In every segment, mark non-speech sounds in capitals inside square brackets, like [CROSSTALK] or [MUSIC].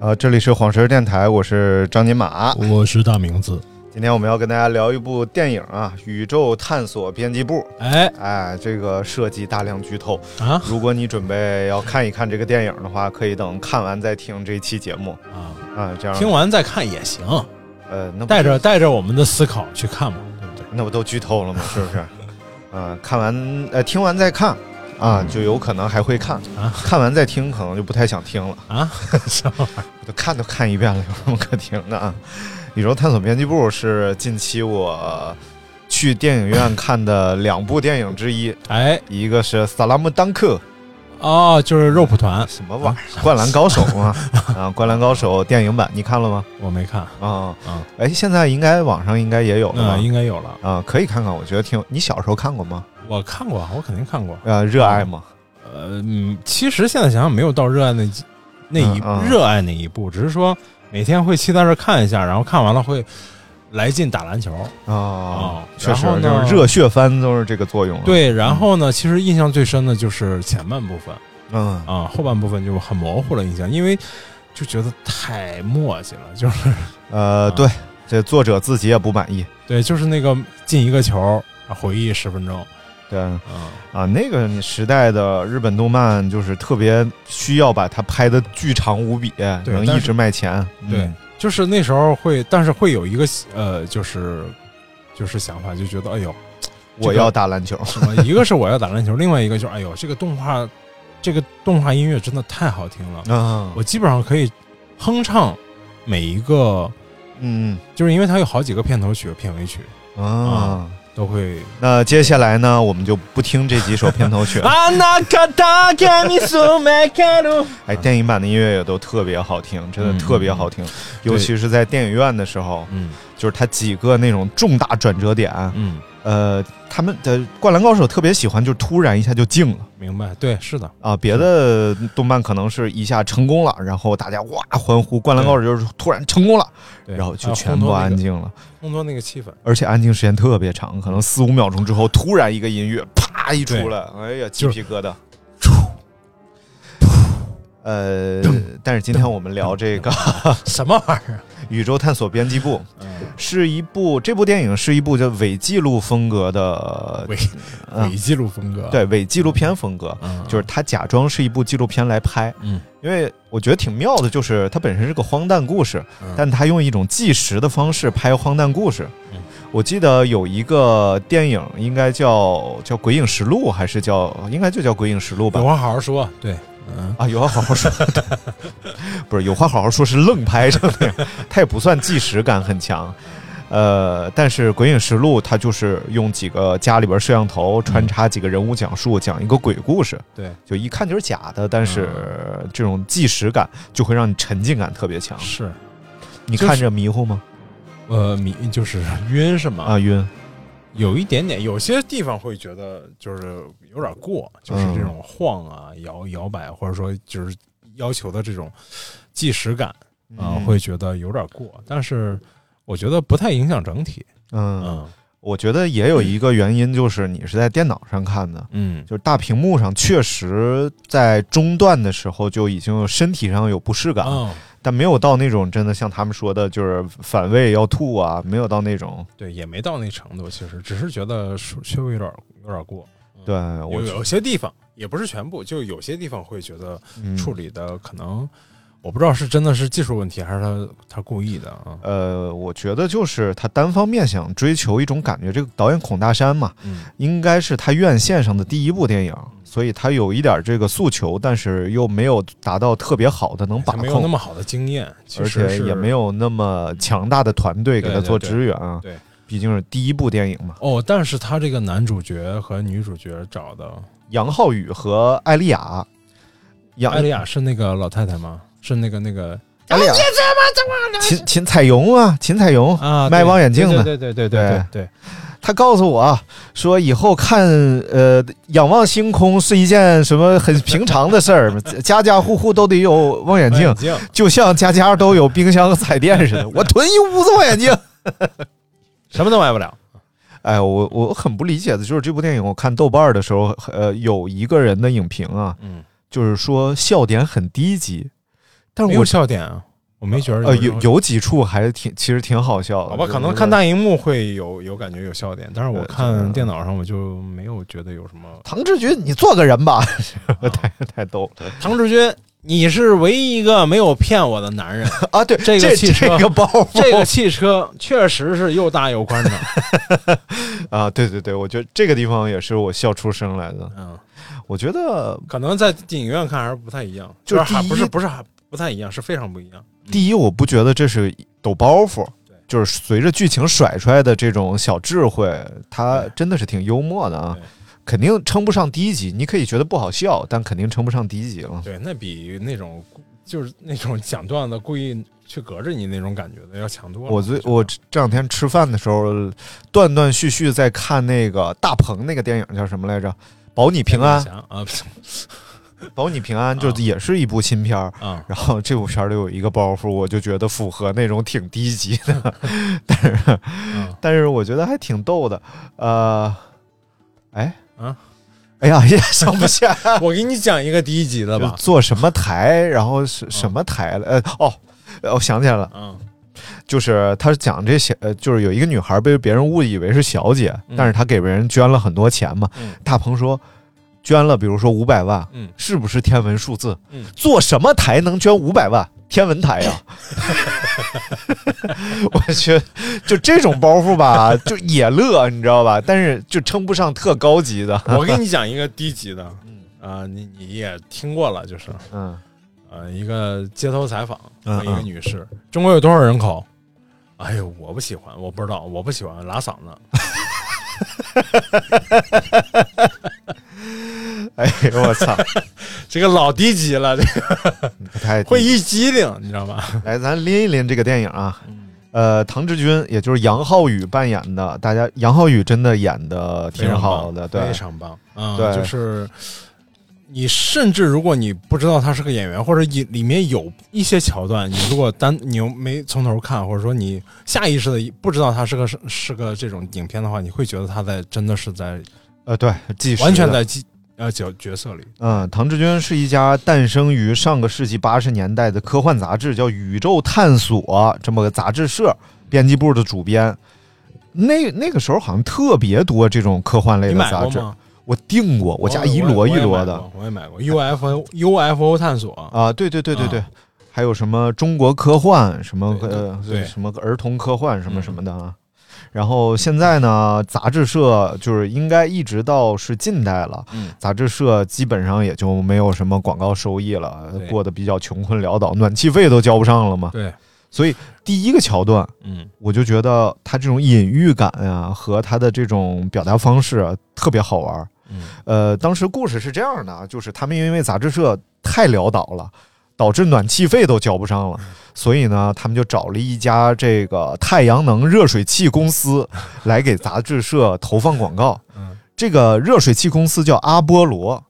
呃，这里是晃神电台，我是张金马。我是大名字，今天我们要跟大家聊一部电影啊，《宇宙探索编辑部》。哎哎，这个涉及大量剧透，啊如果你准备要看一看这个电影的话，可以等看完再听这期节目啊，啊。这样听完再看也行，呃，那不带着带着我们的思考去看嘛，对不对？那不都剧透了吗？是不是？啊、看完呃听完再看啊，就有可能还会看嗯啊看完再听可能就不太想听了。啊， [LAUGHS] 什么玩意儿都看都看一遍了，有 [LAUGHS] 什么可听的啊？宇宙探索编辑部是近期我去电影院看的两部电影之一，哎，一个是《萨拉姆丹克哦，就是肉蒲团》，，什么玩意儿？《灌篮高手》 [LAUGHS] 吗？啊，《灌篮高手》电影版你看了吗？我没看，啊啊，哎，现在应该网上应该也有了吧嗯，？应该有了，啊，可以看看，我觉得挺有。你小时候看过吗？我看过，我肯定看过。呃，热爱吗？呃，嗯，其实现在想想，没有到热爱那一那一嗯嗯热爱那一步，只是说每天会期待着看一下，然后看完了会来劲打篮球。啊哦，确实然后，这呢种热血番都是这个作用啊。，对，然后呢，其实印象最深的就是前半部分。嗯，啊，后半部分就很模糊了印象，因为就觉得太墨迹了，就是呃，啊对，这作者自己也不满意。对，就是那个进一个球，啊回忆十分钟，对，嗯，啊，那个时代的日本动漫就是特别需要把它拍的巨长无比，能一但直是卖钱。对嗯，就是那时候会，但是会有一个呃，就是就是想法，就觉得哎呦，这我个啊要打篮球。什么？一个是我要打篮球，另外一个就是哎呦，这个动画，这个动画音乐真的太好听了，啊，我基本上可以哼唱每一个，嗯就是因为它有好几个片头曲、片尾曲啊啊，都会那接下来呢，我们就不听这几首片头曲了。啊，那卡达给你送麦克鲁。哎，电影版的音乐也都特别好听，真的嗯特别好听，尤其是在电影院的时候，嗯就是它几个那种重大转折点。嗯，呃，他们的《灌篮高手》特别喜欢，就是突然一下就静了。明白，对，是的，啊，别的动漫可能是一下成功了，然后大家哇欢呼，《灌篮高手》就是突然成功了，对，然后就啊全都安，烘托那个静了，烘托那个气氛，而且安静时间特别长，可能四五秒钟之后，突然一个音乐啪一出来，哎呀，鸡就是皮疙瘩。呃，但是今天我们聊这个《什么玩意儿？宇宙探索编辑部》，嗯是一部这部电影是一部叫伪纪录风格的， [LAUGHS] 伪嗯伪纪录风格，，对伪纪录片风格，嗯，就是它假装是一部纪录片来拍，嗯，因为我觉得挺妙的，就是它本身是个荒诞故事，嗯但它用一种纪实的方式拍荒诞故事嗯。我记得有一个电影，应该叫叫《鬼影实录》，还是叫应该就叫《鬼影实录》吧有？话好好说，对，嗯，啊，有话好好说， [LAUGHS] 不是有话好好说，是愣拍成那样，它也不算纪实感很强。呃，但是《鬼影实录》它就是用几个家里边摄像头穿插几个人物讲述，讲一个鬼故事。对，就一看就是假的，但是这种即时感就会让你沉浸感特别强。是，你看着迷糊吗？呃，迷就是晕是吗？啊，晕，有一点点，有些地方会觉得就是有点过，就是这种晃啊、嗯摇摇摆，或者说就是要求的这种即时感啊，嗯会觉得有点过，但是我觉得不太影响整体，嗯，嗯我觉得也有一个原因就是你是在电脑上看的，嗯，就是大屏幕上确实在中段的时候就已经身体上有不适感了，啊，但没有到那种真的像他们说的，就是反胃要吐啊，没有到那种。对，也没到那程度，其实只是觉得稍稍微有点有点过。对啊我嗯有有些地方也不是全部，就有些地方会觉得嗯处理的可能，我不知道是真的是技术问题，还是他他故意的啊。呃，我觉得就是他单方面想追求一种感觉。这个导演孔大山嘛，嗯应该是他院线上的第一部电影，所以他有一点这个诉求，但是又没有达到特别好的能把他没有那控，么好的经验，其而实且是也没有那么强大的团队给他对对做对支援啊。对毕竟是第一部电影嘛。哦。但是他这个男主角和女主角找的杨浩宇和艾丽雅，杨艾丽亚是那个老太太吗？是那个那个艾丽亚，哎秦秦彩荣啊，秦彩荣啊，卖对望远镜的，哎对对对对对对对，他告诉我啊说，以后看呃仰望星空是一件什么很平常的事儿， [LAUGHS] 家家户户都得有望远望镜远， [LAUGHS] 镜就像家家都有冰箱和彩电 [LAUGHS] 似的。我囤一屋子望远镜。什么都买不了。哎，我我很不理解的就是这部电影，我看豆瓣儿的时候，呃，有一个人的影评啊，嗯，就是说笑点很低级，但没是有我笑点啊，我没觉得呃有有。有几处还是挺其实挺好笑的。好吧，就可能是看大荧幕会有有感觉有笑点，但是我呃看这电脑上我就没有觉得有什么。唐志军，你做个人 [LAUGHS] 吧，太太逗了唐志军，你是唯一一个没有骗我的 [LAUGHS] 男人。啊！对，这个这汽车这个包袱，这个汽车确实是又大又宽敞。 [LAUGHS] 啊，对对对，我觉得这个地方也是我笑出声来的。嗯，我觉得可能在电影院看还是不太一样，就是还第一不是不是还不太一样，是非常不一样。第一，我不觉得这是抖包袱对，就是随着剧情甩出来的这种小智慧，它真的是挺幽默的啊对，肯定称不上低级。你可以觉得不好笑，但肯定称不上低级了。对，那比那种故就是那种讲段子故意去隔着你那种感觉的要强多了。我最我觉这两天吃饭的时候，断断续续在看那个大鹏那个电影叫什么来着？保你得平安，啊啊不是保你平安，就是啊也是一部新片儿。啊，然后这部片儿里有一个包袱，我就觉得符合那种挺低级 [LAUGHS] 的，但是嗯但是我觉得还挺逗的。呃，哎啊，哎呀，也想不起来 [LAUGHS] 了我给你讲一个低级的就吧。啊做什么台，然后是什么台了？呃，哦。呃我想起来了，嗯就是他讲这些，呃，就是有一个女孩被别人误以为是小姐，嗯但是她给别人捐了很多钱嘛。嗯大鹏说，捐了，比如说五百万，嗯是不是天文数字？嗯做什么台能捐五百万？天文台 [LAUGHS] 呀、我去，就这种包袱吧， [LAUGHS] 就也乐，你知道吧？但是就称不上特高级 [LAUGHS] 的，我给你讲一个低级的，啊，你你也听过了，就是嗯，呃，一个街头采访，嗯问一个嗯女士，中国有多少人口？哎呦，我不喜欢，我不知道，我不喜欢，拉嗓子。哎呦我操，这个老低级了，这个太会一激灵，你知道吧？来，咱拎一拎这个电影啊。嗯呃，唐志军，也就是杨浩宇扮演的，大家杨浩宇真的演的挺好的，对非常棒，嗯，对就是你甚至如果你不知道他是个演员，或者里里面有一些桥段，你如果单你又没从头看，或者说你下意识的不知道他是个是是个这种影片的话，你会觉得他在真的是在呃，对，纪实完全的在记呃角角色里，嗯，唐志军是一家诞生于上个世纪八十年代的科幻杂志，叫《宇宙探索》这么个杂志社编辑部的主编。那那个时候好像特别多这种科幻类你的买杂过志，吗？我订过，我家一摞一摞的我也买过我也买过 UFO UFO 探索，啊，对对对对对，啊还有什么中国科幻，什么呃对嗯对什么儿童科幻，什么什么的啊。然后现在呢，杂志社就是应该一直到是近代了，嗯，杂志社基本上也就没有什么广告收益了对，过得比较穷困潦倒，暖气费都交不上了嘛。对，啊所以第一个桥段，嗯，我就觉得他这种隐喻感呀、和他的这种表达方式、啊、特别好玩。嗯，呃，当时故事是这样的啊，就是他们因为杂志社太潦倒了。导致暖气费都交不上嗯了，所以呢，他们就找了一家这个太阳能热水器公 [LAUGHS] 司来给杂志社投放广告。嗯，这个热水器公司叫阿波 [LAUGHS] 罗，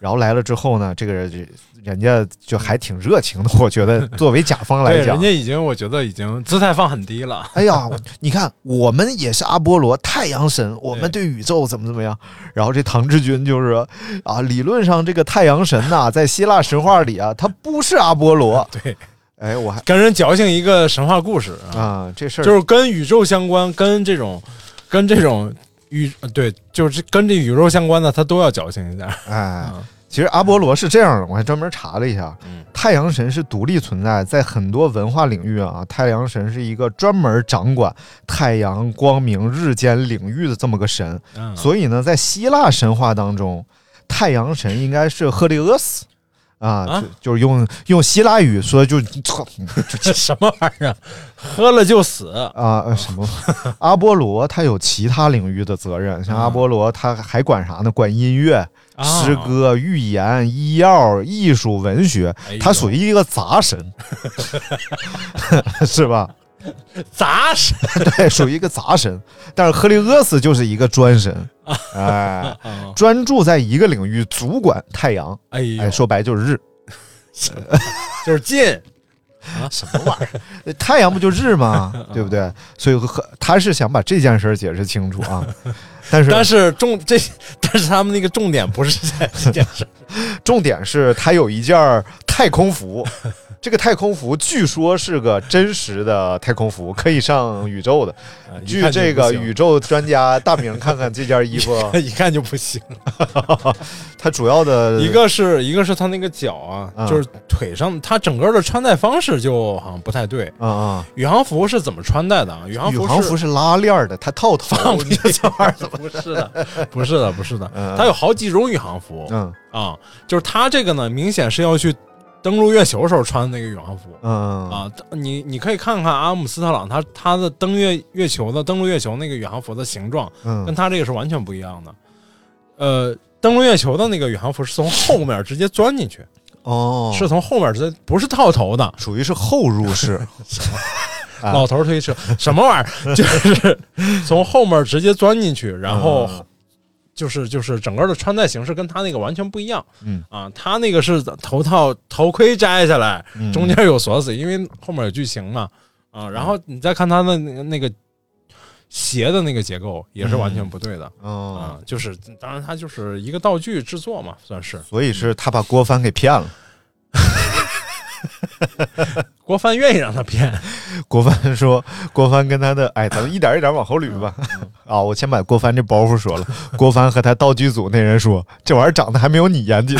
然后来了之后呢，这个人就人家就还挺热情的，我觉得作为甲方来对，讲人，家已经我觉得已经姿态放很低了，哎 [LAUGHS] 呀，我你看，我们也是阿波罗太阳神，我们对宇宙怎么怎么样。然后这唐志军就是说啊，理论上这个太阳神呐、在希腊神话里啊，他不是阿波罗， [LAUGHS] 对，哎，我还跟人矫情一个神话故事啊，啊，这事儿就是跟宇宙相关，跟这种，跟这种宇对，就是跟这宇宙相关的，他都要矫情一下。 [LAUGHS] 哎嗯，其实阿波罗是这样的，我还专门查了一下，太阳神是独立存在，在很多文化领域啊，太阳神是一个专门掌管太阳光明日间领域的这么个神，嗯，所以呢，在希腊神话当中，太阳神应该是赫利俄斯。啊啊，就就是用用希腊语说就，操这什么玩意儿？喝了就死。啊、呃什么？ [LAUGHS] 阿波罗他有其他领域的责任，像阿波罗他还管啥呢？管音乐、啊诗歌、预言、医药、艺术、文学哎呦，他属于一个杂 [LAUGHS] 神，是吧？ [LAUGHS] 杂食对，属于一个杂神。但是赫利俄斯就是一个专 [LAUGHS] 神，哎，啊！专注在一个领域，主管太阳。哎呦哎，说白就是日，就是进，什么玩意儿？ [LAUGHS] 太阳不就日吗？对不对？所以和他是想把这件事儿解释清楚 [LAUGHS] 啊。但是但是重这，但是他们那个重点不是在这件事。重点是他有一件儿太空 [LAUGHS] 服，这个太空服据说是个真实的太空服，可以上宇宙的。啊一据看就这不个行宇宙专家大明看看这件衣服， [LAUGHS] 一看就不行。它主要的 [LAUGHS] 一个是一个是他那个脚啊，嗯就是腿上，他整个的穿戴方式就好像不太对。啊啊，宇航服是怎么穿戴的啊？宇航宇服航是服是拉链儿的，它套头。放屁，这玩意儿哦不是的，不是的，不是的嗯，它有好几种宇航服嗯啊，就是它这个呢，明显是要去登陆月球的时候穿的那个宇航服嗯啊。你你可以看看阿姆斯特朗他他的登月月球的登陆月球那个宇航服的形状，跟嗯他这个是完全不一样的。呃，登陆月球的那个宇航服是从后面直接钻进去，哦，是从后面直接不是套头的，属于是后入式 [LAUGHS] 啊老头儿推车 [LAUGHS] 什么玩意儿，就是从后面直接钻进去，然后嗯就是就是整个的穿戴形式跟他那个完全不一样。嗯啊，他那个是头套头盔摘下来，嗯中间有锁死，因为后面有剧情嘛。啊，然后你再看他的那个那个鞋的那个结构也是完全不对的。哦啊，，就是当然，它就是一个道具制作嘛，算是所以是他把郭帆给骗了。郭帆愿意让他变，郭帆说：“郭帆跟他的，哎，咱们一点一点往后捋吧。嗯 [LAUGHS] 啊，我先把郭帆这包袱说了。 [LAUGHS] 郭帆和他道具组那人说，这玩意儿长得还没有你严谨。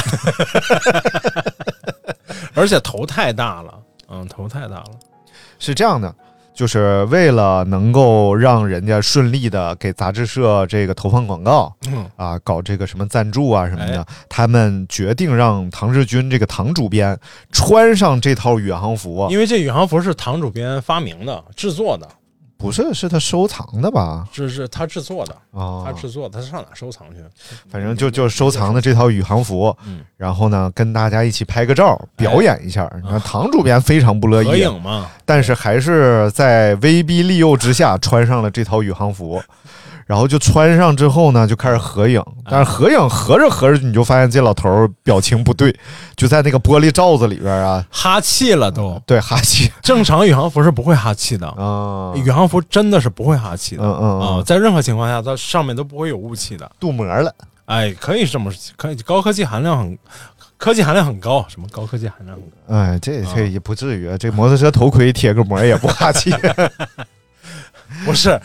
[LAUGHS] 而且头太大了，嗯，头太大了， [LAUGHS] 是这样的，就是为了能够让人家顺利的给杂志社这个投放广告嗯哎啊，搞这个什么赞助啊什么的，他们决定让唐志军这个唐主编穿上这套宇航服，啊因为这宇航服是唐主编发明的、制作的，不是是他收藏的吧？这是他制作的，啊，他制作的，他上哪收藏去？反正就就收藏的这套宇航服，嗯然后呢跟大家一起拍个照，表演一下。你看唐主编非常不乐啊合意，啊影嘛，但是还是在威逼利诱之下穿上了这套宇航服。 [LAUGHS] 然后就穿上之后呢，就开始合影。但啊是合影合着合着，你就发现这老头儿表情不对，就在那个玻璃罩子里边啊，哈气了都。对哈气 [LAUGHS] 正常宇航服是不会哈气的，啊，嗯宇航服真的是不会哈气的。嗯啊、嗯，在任何情况下，它上面都不会有雾气的。镀膜了，哎，可以这么，可以高科技含量很，科技含量很高。什么高科技含量很高？哎，这啊这也不至于，啊这摩托车头盔贴个膜也不哈 [LAUGHS] 气。不是，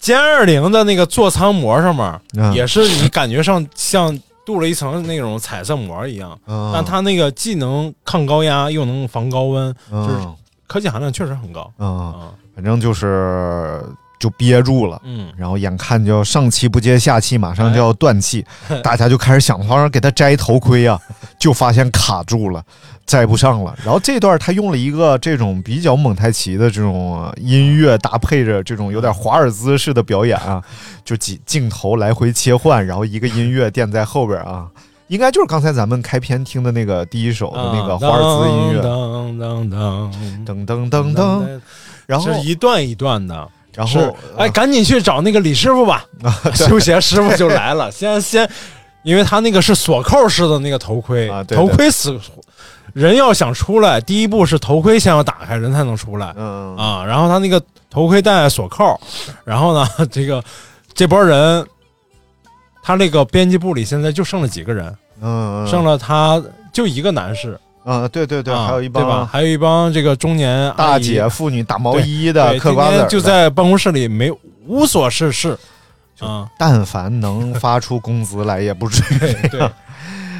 歼二零的那个座舱膜上面、嗯也是你感觉上像镀了一层那种彩色膜一样，嗯但它那个既能抗高压又能防高温，就是嗯科技含量确实很高嗯，啊。反正就是就憋住了，嗯，然后眼看就要上气不接下气，马上就要断气，哎 [LAUGHS] 大家就开始想方法给他摘头盔啊，就发现卡住了，摘不上了。然后这段他用了一个这种比较蒙太奇的这种音乐搭配着这种有点华尔兹式的表演啊，就几镜头来回切换，然后一个音乐垫在后边啊。应该就是刚才咱们开篇听的那个第一首的啊那个华尔兹音乐，当当当当噔噔噔噔，，然后是一段一段的。然是后，啊哎，赶紧去找那个李师 [LAUGHS] 傅吧，修鞋师傅就来了。 [LAUGHS] 先先，因为他那个是锁扣式的那个头盔，啊对头盔死，人要想出来，第一步是头盔先要打开，人才能出来、嗯啊。然后他那个头盔带锁扣，然后呢， [LAUGHS] 这个这波人，他那个编辑部里现在就剩了几个人，嗯，剩了他就一个男士，啊，对对对，啊还有一对吧？帮还有一帮这个中年大阿姨姐妇女打毛对衣的对嗑瓜今子天儿就的，在办公室里没无所事事，啊，但凡能发出工资来，也不至于。 [LAUGHS] 对对。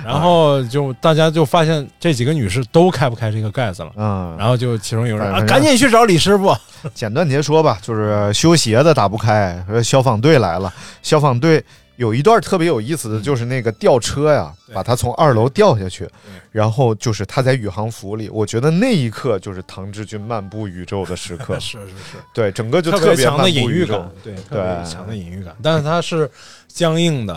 然后就大家就发现这几个女士都开不开这个盖子了， [LAUGHS] 嗯，然后就其中有人反啊，正赶紧去找李师傅，，简短截说吧，就是修鞋的打不开，呃消防队来了。消防队有一段特别有意思的，就是那个吊车呀，把他从二楼吊下去，然后就是他在宇航服里。我觉得那一刻就是唐志军漫步宇宙的时刻 [LAUGHS] 是是是，对，整个就特别强漫的步隐宇喻宙感，对，特别强的隐喻感，但是它是僵硬的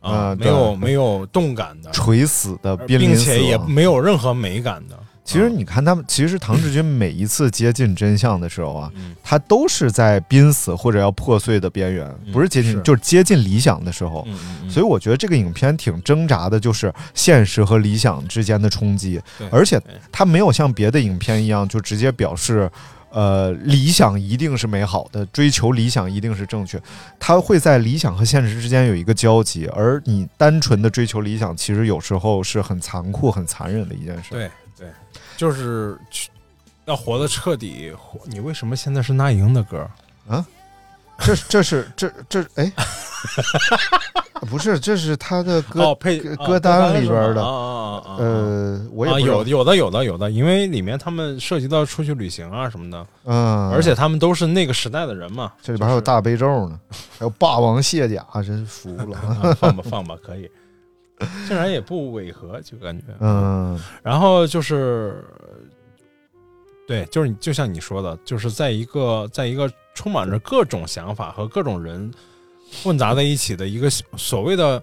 啊，啊没有对没有动感的，垂死的濒并临死且也亡没有任何美感的。其实你看他们，其实唐志军每一次接近真相的时候啊，嗯他都是在濒死或者要破碎的边缘，嗯不是接近，是就是接近理想的时候。嗯嗯嗯所以我觉得这个影片挺挣扎的，就是现实和理想之间的冲击对，而且对它没有像别的影片一样就直接表示，呃，理想一定是美好的，追求理想一定是正确，它会在理想和现实之间有一个交集，而你单纯的追求理想，其实有时候是很残酷、很残忍的一件事。对对，就是去要活得彻底。活你为什么现在是那英的歌？这这是这这 [LAUGHS] 哎，不是，这是他的歌、哦，配歌啊歌单里边是吗的，啊啊啊啊！啊呃，我也啊，不知道有有的有的有的，因为里面他们涉及到出去旅行啊什么的，嗯，而且他们都是那个时代的人嘛。这里边还有就是大悲咒呢，还有霸王卸甲，真服了。啊放吧放吧，可以，竟然也不违和，就感觉。嗯，然后就是，对，就是你就像你说的，就是在一个在一个充满着各种想法和各种人混杂在一起的一个所谓的，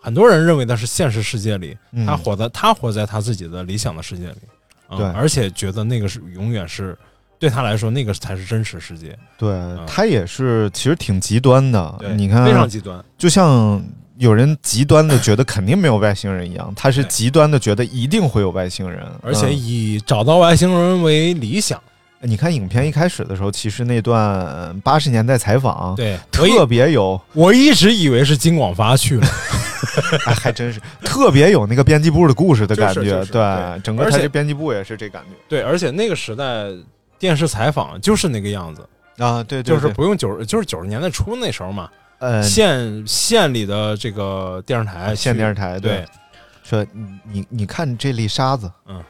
很多人认为的是现实世界里，嗯他活在他活在他自己的理想的世界里，啊对而且觉得那个是永远是对他来说那个才是真实世界，对他也是，其实挺极端的。嗯对，啊你看，嗯非常极端，就像有人极端的觉得肯定没有外星人一样，他是对极端的觉得一定会有外星人，而且嗯以找到外星人为理想，你看影片一开始的时候，其实那段八十年代采访。对，我特一别有，我一直以为是金广发去 [LAUGHS] 了。哎，还真是特别有那个编辑部的故事的感就是就觉，是对对，整个而他且这编辑部也是这感觉对，而且那个时代电视采访就是那个样子，啊，对就是对不用九十，就是九十年代初那时候嘛，呃县县里的这个电视台，县电视台，台对，说你你你看这粒沙子，嗯，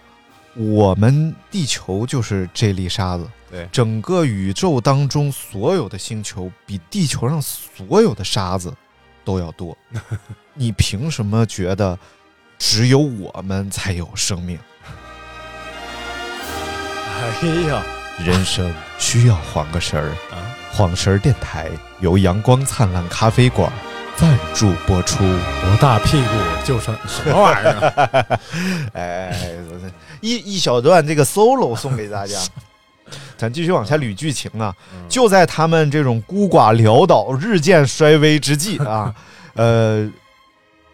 我们地球就是这粒沙子，对整个宇宙当中所有的星球比地球上所有的沙子都要 [LAUGHS] 多，你凭什么觉得只有我们才有生命？ [LAUGHS] 哎呀，人生需要晃个神儿，啊，晃神儿电台由阳光灿烂咖啡馆赞助播 [LAUGHS] 出。多大屁股就算什么玩意儿啊、哎，一一小段这个 solo 送给 [LAUGHS] 大家。咱继续往下捋剧情啊，嗯就在他们这种孤寡潦倒、日渐衰微之际 [LAUGHS] 啊，呃，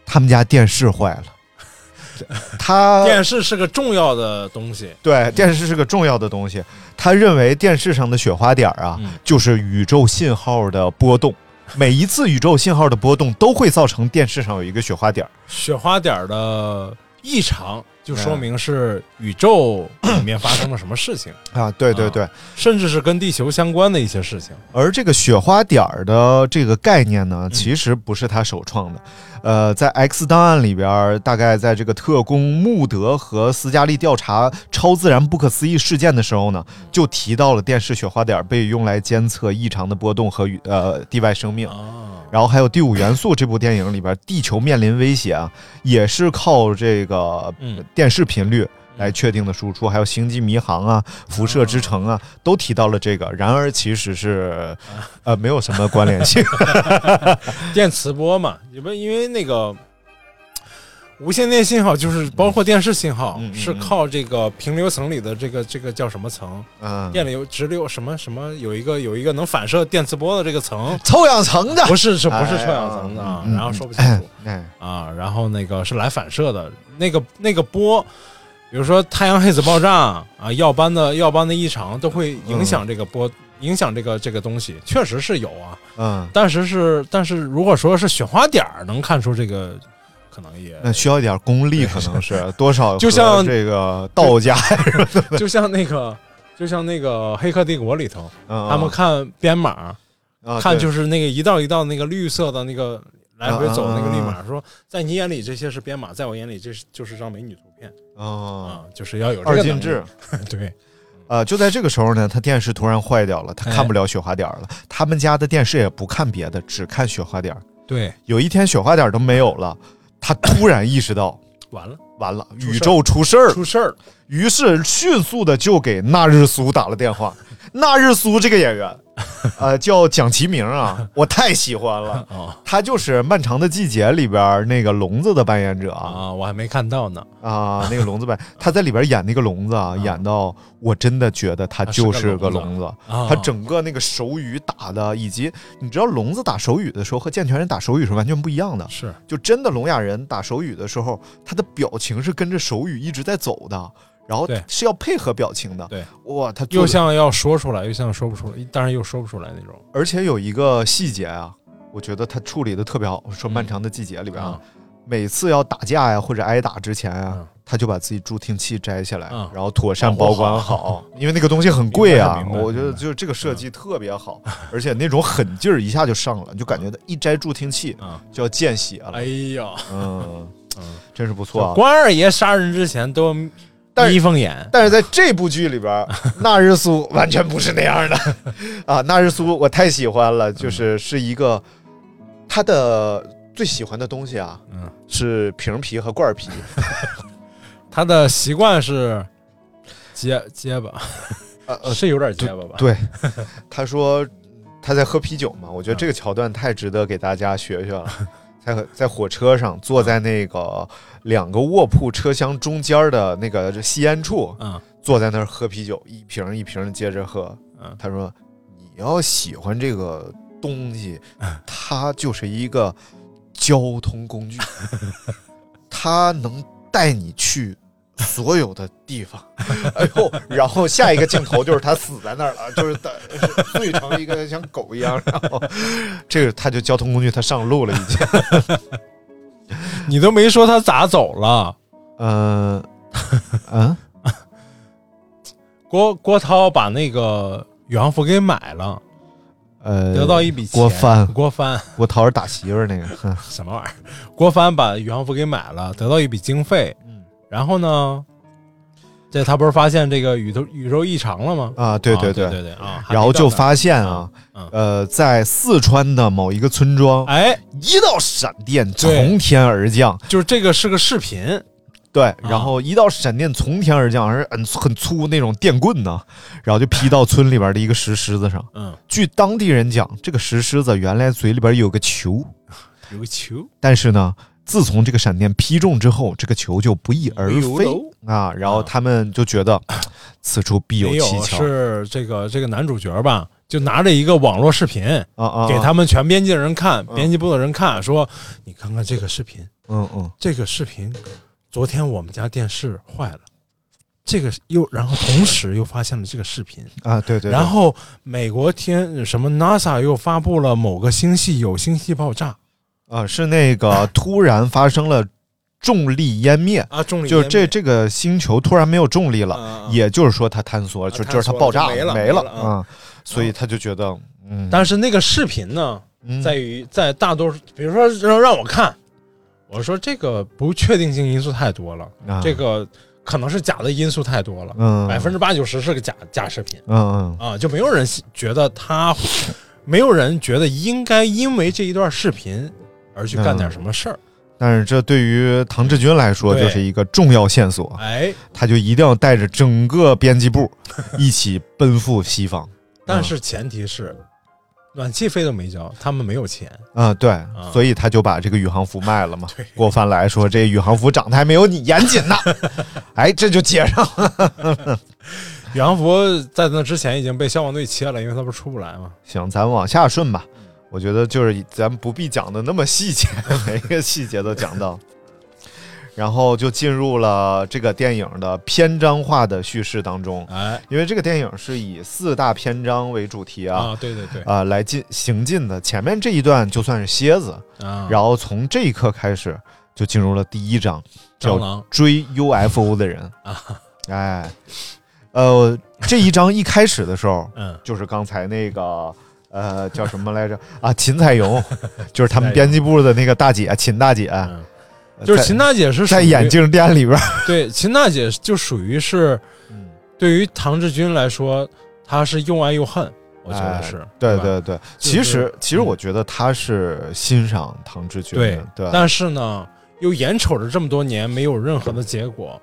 他们家电视坏 [LAUGHS] 了，他电视是个重要的东西，对电视是个重要的东西，他认为电视上的雪花点儿啊嗯，就是宇宙信号的波动，每一次宇宙信号的波动都会造成电视上有一个雪花点儿。雪花点儿的异常就说明是宇宙嗯里面发生了什么事 [LAUGHS] 情，啊，对对啊对，甚至是跟地球相关的一些事情。而这个雪花点儿的这个概念呢，其实不是他首创的。呃，在《X 档案》里边儿，大概在这个特工穆德和斯嘉丽调查超自然不可思议事件的时候呢，就提到了电视雪花点儿被用来监测异常的波动和宇呃地外生命。啊，然后还有《第五元素》这部电影里边，地球面临威胁啊，也是靠这个嗯哦电视频率来确定的输出，还有《星际迷航》啊，《辐射之城》啊，都提到了这个。然而其实是呃没有什么关联 [LAUGHS] 性。电磁波嘛，也不因为那个无线电信号，就是包括电视信号，嗯嗯嗯嗯是靠这个平流层里的这个这个叫什么层？嗯，，电流直流什么什么有一个有一个能反射电磁波的这个层 [LAUGHS] 臭氧层的不是是不是臭氧层的啊？哎呀然后说不清楚哎，啊，然后那个是来反射的，那个那个波。比如说太阳黑子爆炸啊， [LAUGHS] 耀斑的耀斑的异常都会嗯影响这个波，影响这个这个东西，确实是有啊。嗯，但是是，但是如果说是雪花点儿能看出这个，可能也那需要一点功力，可能是多少和就像这个道家，就像那个，就像那个《黑客帝国》里头，他他们看编码，啊看就是是那个一道一道那个绿色的那个来回走那个绿啊码，说在你眼里这些是编码，在我眼里这是就是张美女图片啊啊，就是要有这二个进能力制。。对，呃，就在这个时候呢，他电视突然坏掉了，哎他看不了雪花点儿了。他们家的电视也不看别的，只看雪花点儿。对，有一天雪花点儿都没有了，他突然意识到，完了，完了，出事儿宇宙出事儿了出事儿了，于是迅速的就给那日苏打了电话。那日苏这个演员，呃，叫蒋奇明啊，我太喜欢了。哦他就是《漫长的季节》里边那个聋子的扮演者啊啊，我还没看到呢，啊，那个聋子扮他在里边演那个聋子啊，演到我真的觉得他就是个聋子。啊他整个那个手语打的，以及你知道聋子打手语的时候和健全人打手语是完全不一样的。是就真的聋哑人打手语的时候，他的表情是跟着手语一直在走的，然后对是要配合表情的。对，哇，他做又得，像要说出来，又像说不出来，但是又说不出来那种而且有一个细节啊，我觉得他处理的特别好。说《漫长的季节》里边啊嗯啊，，每次要打架呀或者挨打之前啊。嗯他就把自己助听器摘下来，嗯然后妥善保保护管好好， [LAUGHS] 因为那个东西很贵啊。明白明白我觉得明白嗯就是这个设计特别好， [LAUGHS] 而且那种狠劲儿一下就上了，你就感觉他一摘助听器嗯就要见血了。哎呀，嗯嗯，真是不错啊。关二爷杀人之前都但是眯缝眼，但是在这部剧里边儿，纳日苏完全不是那样的啊！纳日苏我太喜欢了，就是是一个他的最喜欢的东西啊，嗯，是瓶皮和罐皮，他的习惯是结结巴，呃 [LAUGHS] 呃，是有点结巴吧？对，他说他在喝啤酒嘛，我觉得这个桥段太值得给大家学学了。在在火车上，坐在那个两个卧铺车厢中间的那个吸烟处，嗯，坐在那儿喝啤酒，一瓶一瓶地接着喝。嗯他说：“你要喜欢这个东西，嗯它就是一个交通工具， [LAUGHS] 它能带你去所有的地方。” [LAUGHS] 哎呦，然后下一个镜头就是他死在那儿了，就是他醉成一个像狗一样。然后这个他就交通工具，他上路了已经。 [LAUGHS] 你都没说他咋走了。嗯、嗯，郭郭涛把那个宇航服给买了，呃，得到一笔钱。郭帆郭帆我讨着打媳妇儿那个。嗯哼什么玩意儿？郭帆把宇航服给买了，得到一笔经费。嗯，然后呢，这他不是发现这个宇宙宇宙异常了吗？啊，对对对对对啊！然后就发现啊嗯，呃，在四川的某一个村庄，哎，一道闪电对从天而降，就是这个是个视频，啊对，然后一道闪电从天而降，而很很粗那种电棍呢，然后就劈到村里边的一个石狮 [LAUGHS] 子上。嗯，据当地人讲，这个石狮子原来嘴里边有个球，有个球但是呢，自从这个闪电劈中之后，这个球就不翼而没有飞哎喽啊啊。然后他们就觉得此处必有没蹊有跷是这个这个男主角吧，就拿着一个网络视频啊啊，嗯啊给他们全编辑的人看，编辑部的人看，说你看看这个视频，嗯嗯。这个视频，昨天我们家电视坏了，这个又然后同时又发现了这个视频，啊，对对对，然后美国天什么 NASA 又发布了某个星系有星系爆炸啊，是那个突然发生了重力湮灭，啊，重力就这这个星球突然没有重力了，啊也就是说它坍缩了，啊就坍就是它缩了爆就炸没了没没了了啊啊，所以他就觉得，嗯，但是那个视频呢，嗯在于在大多数，比如说让让我看，我说这个不确定性因素太多了，啊这个可能是假的因素太多了，嗯百分之八九十是个假假视频嗯嗯啊，就没有人觉得他，没有人觉得应该因为这一段视频而去干嗯点什么事儿，但是这对于唐志军来说对就是一个重要线索，哎，他就一定要带着整个编辑 [LAUGHS] 部一起奔赴西方。但是前提是。暖气费都没交，他们没有钱。啊，对，嗯所以他就把这个宇航服卖了嘛。郭帆来说，这宇航服长得还没有你严 [LAUGHS] 谨呢，哎，这就接上了。宇航服在那之前已经被消防队切了，因为他不是出不来嘛。行，咱往下顺吧。嗯我觉得就是咱不必讲的那么细节， [LAUGHS] 每一个细节都讲到。 [LAUGHS] 然后就进入了这个电影的篇章化的叙事当中，哎，因为这个电影是以四大篇章为主题啊啊，对对对，啊、来进行进的。前面这一段就算是蝎子，啊，然后从这一刻开始，就进入了第一章，蟑叫螂追 UFO 的人 [LAUGHS] 啊，哎，呃，这一章一开始的时候，嗯，就是刚才那个呃叫什么来着啊？秦彩荣，就是他们编辑部的那个大姐秦大姐，嗯就是在秦大姐是在属于眼镜店里边儿，对，秦大姐就属于是，嗯对于唐志军来说，她是又爱又恨，我觉得哎是，对吧对对，其实其实我觉得他是欣赏唐志军对的，对，但是呢，又眼瞅着这么多年没有任何的结果，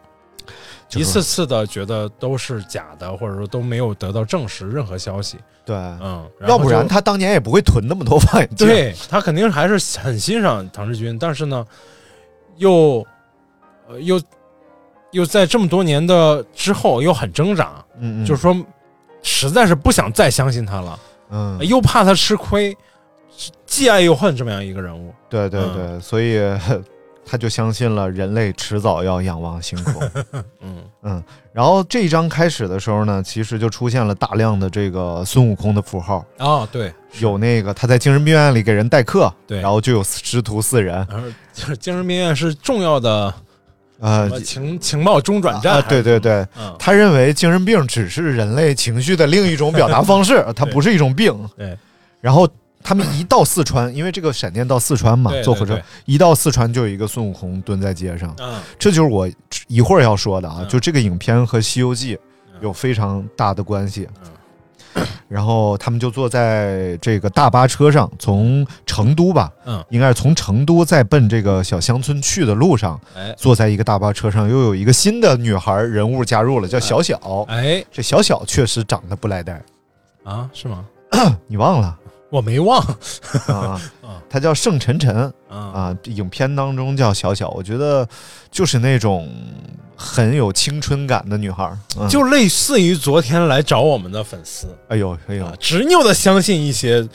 就是一次次的觉得都是假的，或者说都没有得到证实任何消息，对，嗯，要不然后就他当年也不会囤那么多 [LAUGHS] 望远镜。，对他肯定还是很欣赏唐志军，但是呢，又呃又又在这么多年的之后又很挣扎，嗯嗯，就是说实在是不想再相信他了，嗯，又怕他吃亏，既爱又恨这么样一个人物。对对嗯对，所以 [LAUGHS] 呵他就相信了人类迟早要仰望星空。 [LAUGHS] 嗯嗯，然后这一章开始的时候呢，其实就出现了大量的这个孙悟空的符号，啊，对，有那个他在精神病院里给人代课，对然后就有师徒四人，然后就是精神病院是重要的呃什么，情情报中转站啊，还对是对对，什么，嗯，他认为精神病只是人类情绪的另一种表达方式，嗯它不是一种病。对，然后他们一到四川，因为这个闪电到四川嘛对，坐火车对对一到四川就有一个孙悟空蹲在街上，嗯，这就是我一会儿要说的啊嗯，就这个影片和《西游记》有非常大的关系。嗯然后他们就坐在这个大巴车上，从成都吧，嗯，应该是从成都再奔这个小乡村去的路上，哎坐在一个大巴车上，又有一个新的女孩人物加入了，叫小小。哎这小小确实长得不赖呆，啊，是吗？你忘了我没忘嗯啊？她叫盛晨晨啊，啊，影片当中叫小小，我觉得就是那种很有青春感的女孩儿。嗯、就类似于昨天来找我们的粉丝哎呦哎呦啊，，执拗的相信一些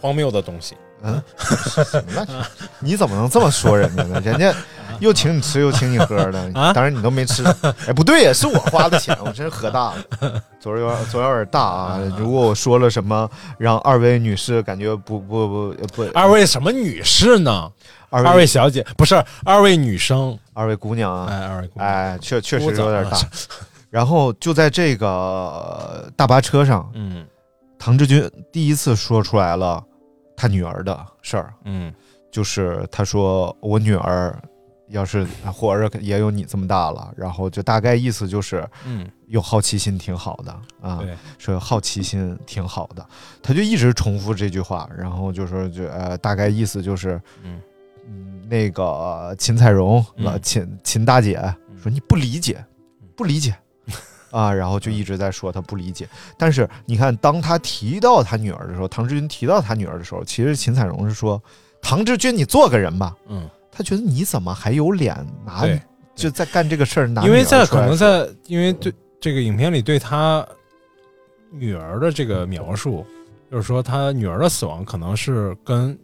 荒谬的东西，嗯，什么乱七你怎么能这么说人家呢？人家又请你吃又请你喝的，啊当然你都没吃。哎，不对呀，是我花的钱，我真是喝大了，昨儿有点昨儿有点大啊。如果我说了什么让二位女士感觉不不不不，二位什么女士呢？二位二位小姐不是二位女生，二位姑娘啊，哎，二位姑娘，哎，确确实姑子有点啊大。然后就在这个呃大巴车上， [LAUGHS] 嗯唐志军第一次说出来了他女儿的事儿。嗯就是他说我女儿要是活着也有你这么大了，然后就大概意思就是嗯，有好奇心挺好的啊，对，说好奇心挺好的，他就一直重复这句话，然后就说就呃大概意思就是嗯嗯那个呃秦彩荣嗯呃秦秦大姐说你不理解，不理 [LAUGHS] 解。啊，然后就一直在说他不理解，但是你看，当他提到他女儿的时候，唐志军提到他女儿的时候，其实秦彩荣是说：“唐志军，你做个人吧。”嗯，他觉得你怎么还有脸拿对就在干这个事儿拿女因儿出来说？为在可能在因为对这个影片里对他女儿的这个描述，就是说他女儿的死亡可能是跟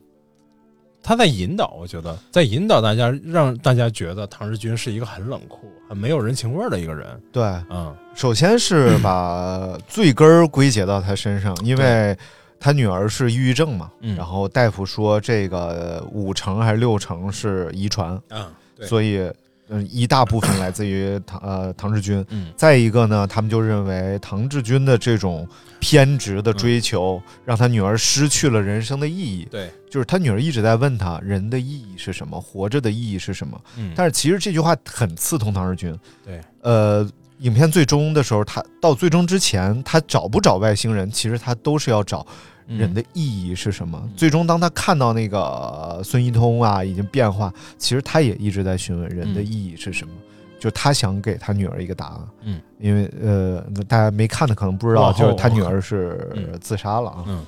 他在引导，我觉得在引导大家，让大家觉得唐志军是一个很冷酷、很没有人情味儿的一个人。对，嗯，首先 [CLEARS THROAT] 是把罪根儿归结到他身上，因为他女儿是抑郁症嘛，嗯然后大夫说这个五成还是六成是遗传，啊，对所以嗯一大部分来自于唐呃唐志军。嗯再一个呢，他们就认为唐志军的这种偏执嗯的追求，让他女儿失去了人生的意义。对，就是他女儿一直在问他，人的意义是什么，活着的意义是什么。嗯，但是其实这句话很刺痛唐日军。对，呃，影片最终的时候，他到最终之前，他找不找外星人，其实他都是要找人嗯的意义是什么。最终，当他看到那个呃孙一通啊已经变化，其实他也一直在询问人的嗯意义是什么。就他想给他女儿一个答案，嗯，哦因为呃，大家没看的可能不知往道，后就是他女往儿是嗯自杀了啊。嗯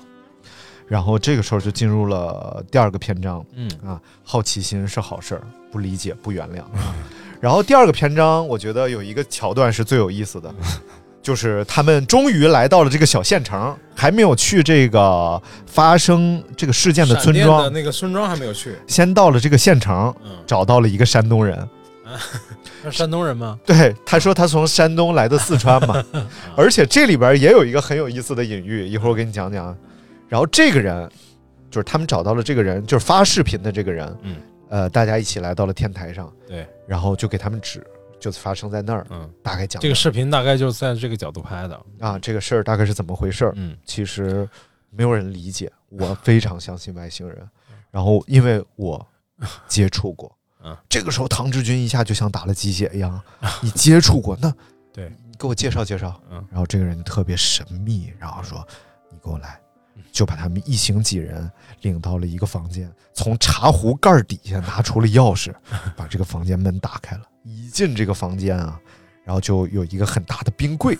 然后这个时候就进入了第二个篇章，嗯啊，好奇心是好事儿，不理解不原谅。嗯 [LAUGHS] 然后第二个篇章，我觉得有一个桥段是最有意思的，嗯 [LAUGHS] 就是他们终于来到了这个小县城，还没有去这个发生这个事件的村闪电的庄，那个村庄还没有去，先到了这个县城，嗯，找到了一个山东人。那山东人吗？ [LAUGHS] 对，他说他从山东来的四川 [LAUGHS] 嘛，而且这里边也有一个很有意思的隐喻，一会儿我给你讲讲。然后这个人，就是他们找到了这个人，就是发视频的这个人，嗯，呃，大家一起来到了天台上，对，然后就给他们指，就发生在那儿，嗯，大概讲这个视频大概就是在这个角度拍的，啊，这个事儿大概是怎么回事儿，嗯，其实没有人理解， [LAUGHS] 我非常相信外星人，然后因为我接触过嗯，这个时候唐志军一下就像打了鸡血一样，你接触过那对， [LAUGHS] 你给我介绍介绍，嗯然后这个人特别神秘，然后说你给我来。就把他们一行几人领到了一个房间，从茶壶盖儿底下拿出了钥 [LAUGHS] 匙，把这个房间门打开了。一进这个房间啊，然后就有一个很大的冰 [LAUGHS] 柜，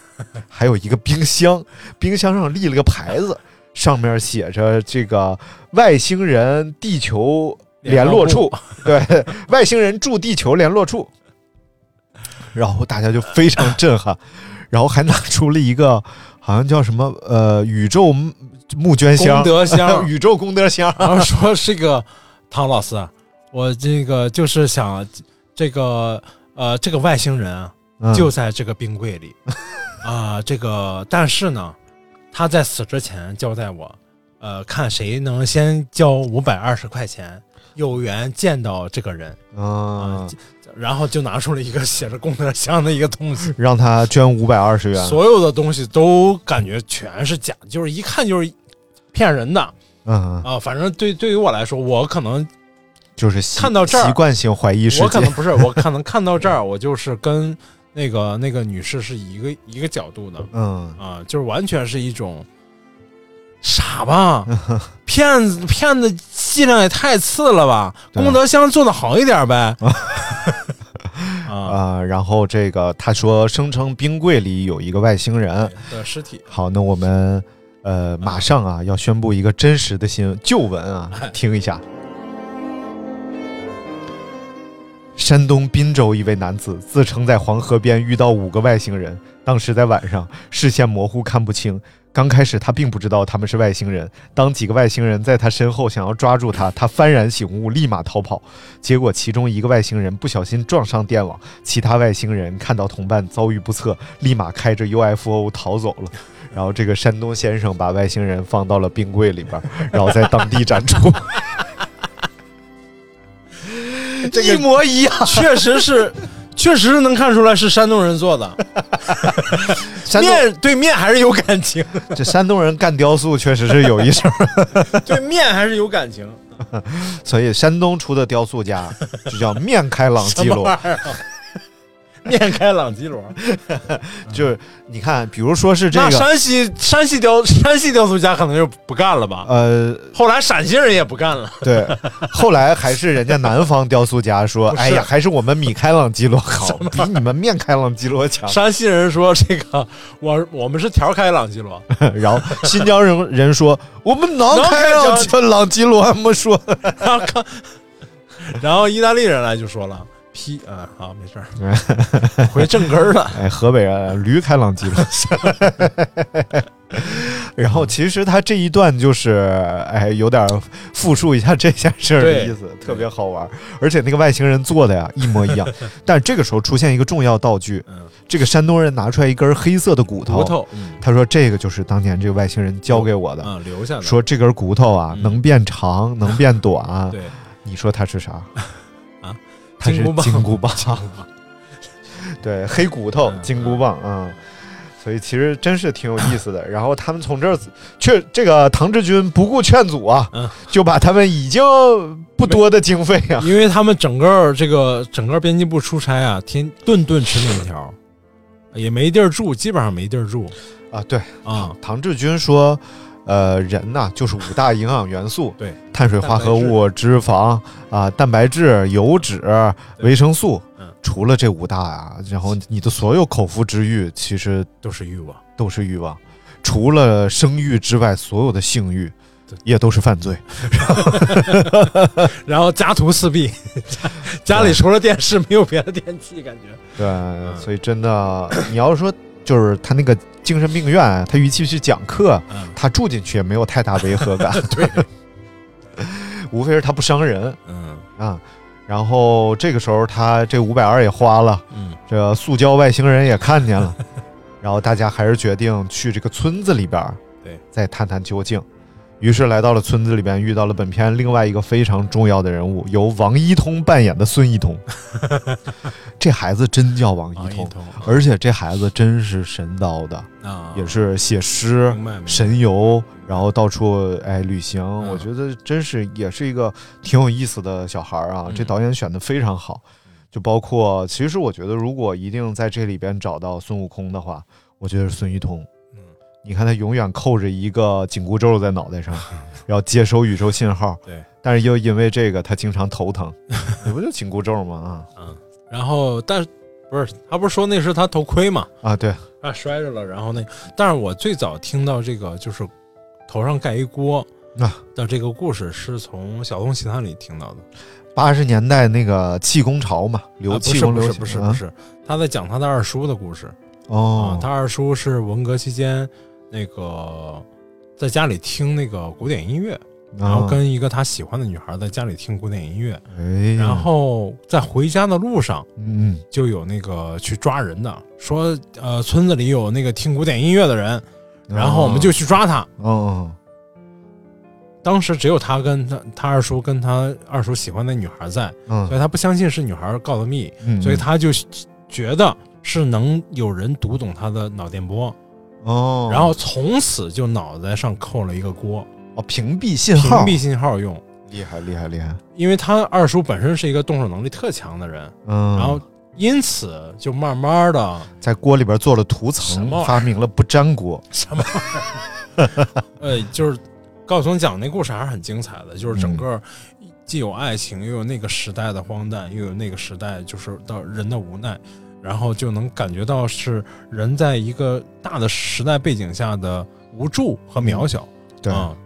还有一个冰箱，冰箱上立了个牌子，上面写着这个外星人地球联络处，对， [LAUGHS] 外星人驻地球联络处。然后大家就非常震撼， [LAUGHS] 然后还拿出了一个好像叫什么呃宇宙募募捐箱功、德箱， [LAUGHS] 宇宙功德箱，然后说这个唐老师，啊我这个就是想这个呃这个外星人啊嗯就在这个冰柜 [LAUGHS] 里啊、这个但是呢，他在死之前交代我，呃，看谁能先交五百二十块钱，有缘见到这个人，啊，然后就拿出了一个写着功德箱的一个东西，让他捐五百二十元，所有的东西都感觉全是假，就是一看就是骗人的啊、嗯，反正对对于我来说，我可能就是习看到这儿习惯性怀疑世界，我可能不是， [LAUGHS] 我可能看到这儿，我就是跟那个那个女士是一个一个角度的嗯啊、就是完全是一种傻 [LAUGHS] 吧，骗子骗子伎俩也太次了吧，对啊功德箱做的好一点呗，啊，啊、然后这个他说声称冰柜里有一个外星人，的 [LAUGHS] 尸体，好，那我们呃马上啊要宣布一个真实的新闻旧闻啊，听一下。山东滨州一位男子自称在黄河边遇到五个外星人，当时在晚上，视线模糊看不清。刚开始他并不知道他们是外星人，当几个外星人在他身后想要抓住他，他幡然醒悟，立马逃跑。结果其中一个外星人不小心撞上电网，其他外星人看到同伴遭遇不测，立马开着 UFO 逃走了。然后这个山东先生把外星人放到了冰柜里边儿，然后在当地展出，这个一模一样。 [LAUGHS] 确实是。确实是能看出来是山东人做的， [LAUGHS] 山东面对面还是有感情，这山东人干雕塑确实是有一手， [LAUGHS] [LAUGHS] 对面还是有感情。所以山东出的雕塑家就叫面开朗基什么罗。玩意儿啊面开朗基罗，就是你看，比如说是这那个，山西山西雕山西雕塑家可能就不干了吧？呃，后来陕西人也不干了，对，后来还是人家南方雕塑家说，不是哎呀，还是我们米开朗基罗好，比你们面开朗基罗强。山西人说这个我我们是条开朗基罗， [LAUGHS] [LAUGHS] 然后新疆人人说，我们南开朗基朗基罗没说，然后看，然后意大利人来就说了。批啊，好，没事儿， [LAUGHS] 回正根儿了。哎，河北人驴开朗基罗。 [LAUGHS] 然后其实他这一段就是，哎，有点复述一下这件事儿的对意思，特别好玩儿。而且那个外星人做的呀一模 [LAUGHS] 一样，但这个时候出现一个重要道具，嗯，这个山东人拿出来一根黑色的骨头，嗯骨头，嗯，他说这个就是当年这个外星人教给我的，啊，留下的。说这根骨头啊嗯能变长，能变短。对，你说它是啥？ [LAUGHS] 啊，它是金箍棒金箍棒。 [LAUGHS] 对，黑骨头、嗯金箍棒啊、嗯所以其实真是挺有意思的。然后他们从这儿却这个唐志军不顾劝阻啊，嗯就把他们已经不多的经费啊，因为他们整个儿这个整个编辑部出差啊，天顿顿吃面条，也没地儿住，基本上没地儿住啊，对，啊。唐志军说。呃，人呐、就是五大营养元素，对，碳水化合物、脂肪啊、蛋白质、油脂、对维生素嗯，除了这五大啊，然后你的所有口腹之欲其实都是欲望。都是欲望，除了生育之外，所有的性欲对也都是犯罪。然后家徒四壁， [LAUGHS] 家家里除了电视没有别的电器，感觉对，嗯所以真的， [CLEARS THROAT] 你要说就是他那个精神病院，他与其去讲课，嗯他住进去也没有太大违和感， [LAUGHS] 对， [LAUGHS] 无非是他不伤人嗯啊。然后这个时候，他这五百二也花了。嗯这塑胶外星人也看见了， [LAUGHS] 然后大家还是决定去这个村子里边，对，再探探究竟。于是来到了村子里边，遇到了本片另外一个非常重要的人物，由王一通扮演的孙一 [LAUGHS] 通。这孩子真叫王一通，啊通而且这孩子真是神叨的，啊，也是写诗明白、嗯明白神游，然后到处哎旅行。我觉得真是也是一个挺有意思的小孩儿啊，嗯这导演选的非常好。就包括，其实我觉得，如果一定在这里边找到孙悟空的话，我觉得是孙一通。嗯你看他永远扣着一个紧箍咒在脑袋 [LAUGHS] 上，然后接收宇宙信号。对，但是又因为这个，他经常头疼。 [LAUGHS] 你不就紧箍咒吗？啊 [LAUGHS] 然后但是不是他不是说那是他头盔嘛？啊啊，对，啊，摔着了，然后那，但是我最早听到这个就是头上盖一锅啊的这个故事，是从《小东奇谭》里听到的。八十年代那个气功潮嘛，啊流不气是功不流是行不是啊不是，他在讲他的二叔的故事哦啊，。他二叔是文革期间那个在家里听那个古典音乐，啊然后跟一个他喜欢的女孩在家里听古典音乐，哎呀，然后在回家的路上嗯就有那个去抓人的，说呃村子里有那个听古典音乐的人，嗯，然后我们就去抓他。哦当时只有他跟他他二叔跟他二叔喜欢的女孩在，所嗯以他不相信是女孩告的密，嗯，所以他就觉得是能有人读懂他的脑电波，哦，然后从此就脑袋上扣了一个锅，哦屏蔽信屏号，蔽信号用。厉害厉害厉害，因为他二叔本身是一个动手能力特强的人，嗯，然后因此就慢慢的在锅里边做了涂什层么玩，意儿发明了不粘锅，什么玩意儿，呃，就是高晓松讲那故事还是很精彩的，就是嗯整个既有爱情，又有那个时代的荒诞，又有那个时代就是到人的无奈，然后就能感觉到是人在一个大的时代背景下的无助和渺小。对，啊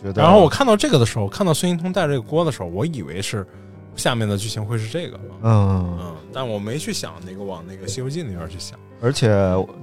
觉得。然后我看到这个的时候，看到孙一通带这个锅的时候，我以为是下面的剧情会是这个，嗯，嗯，但我没去想那个往那个《西游记》那边去想。而且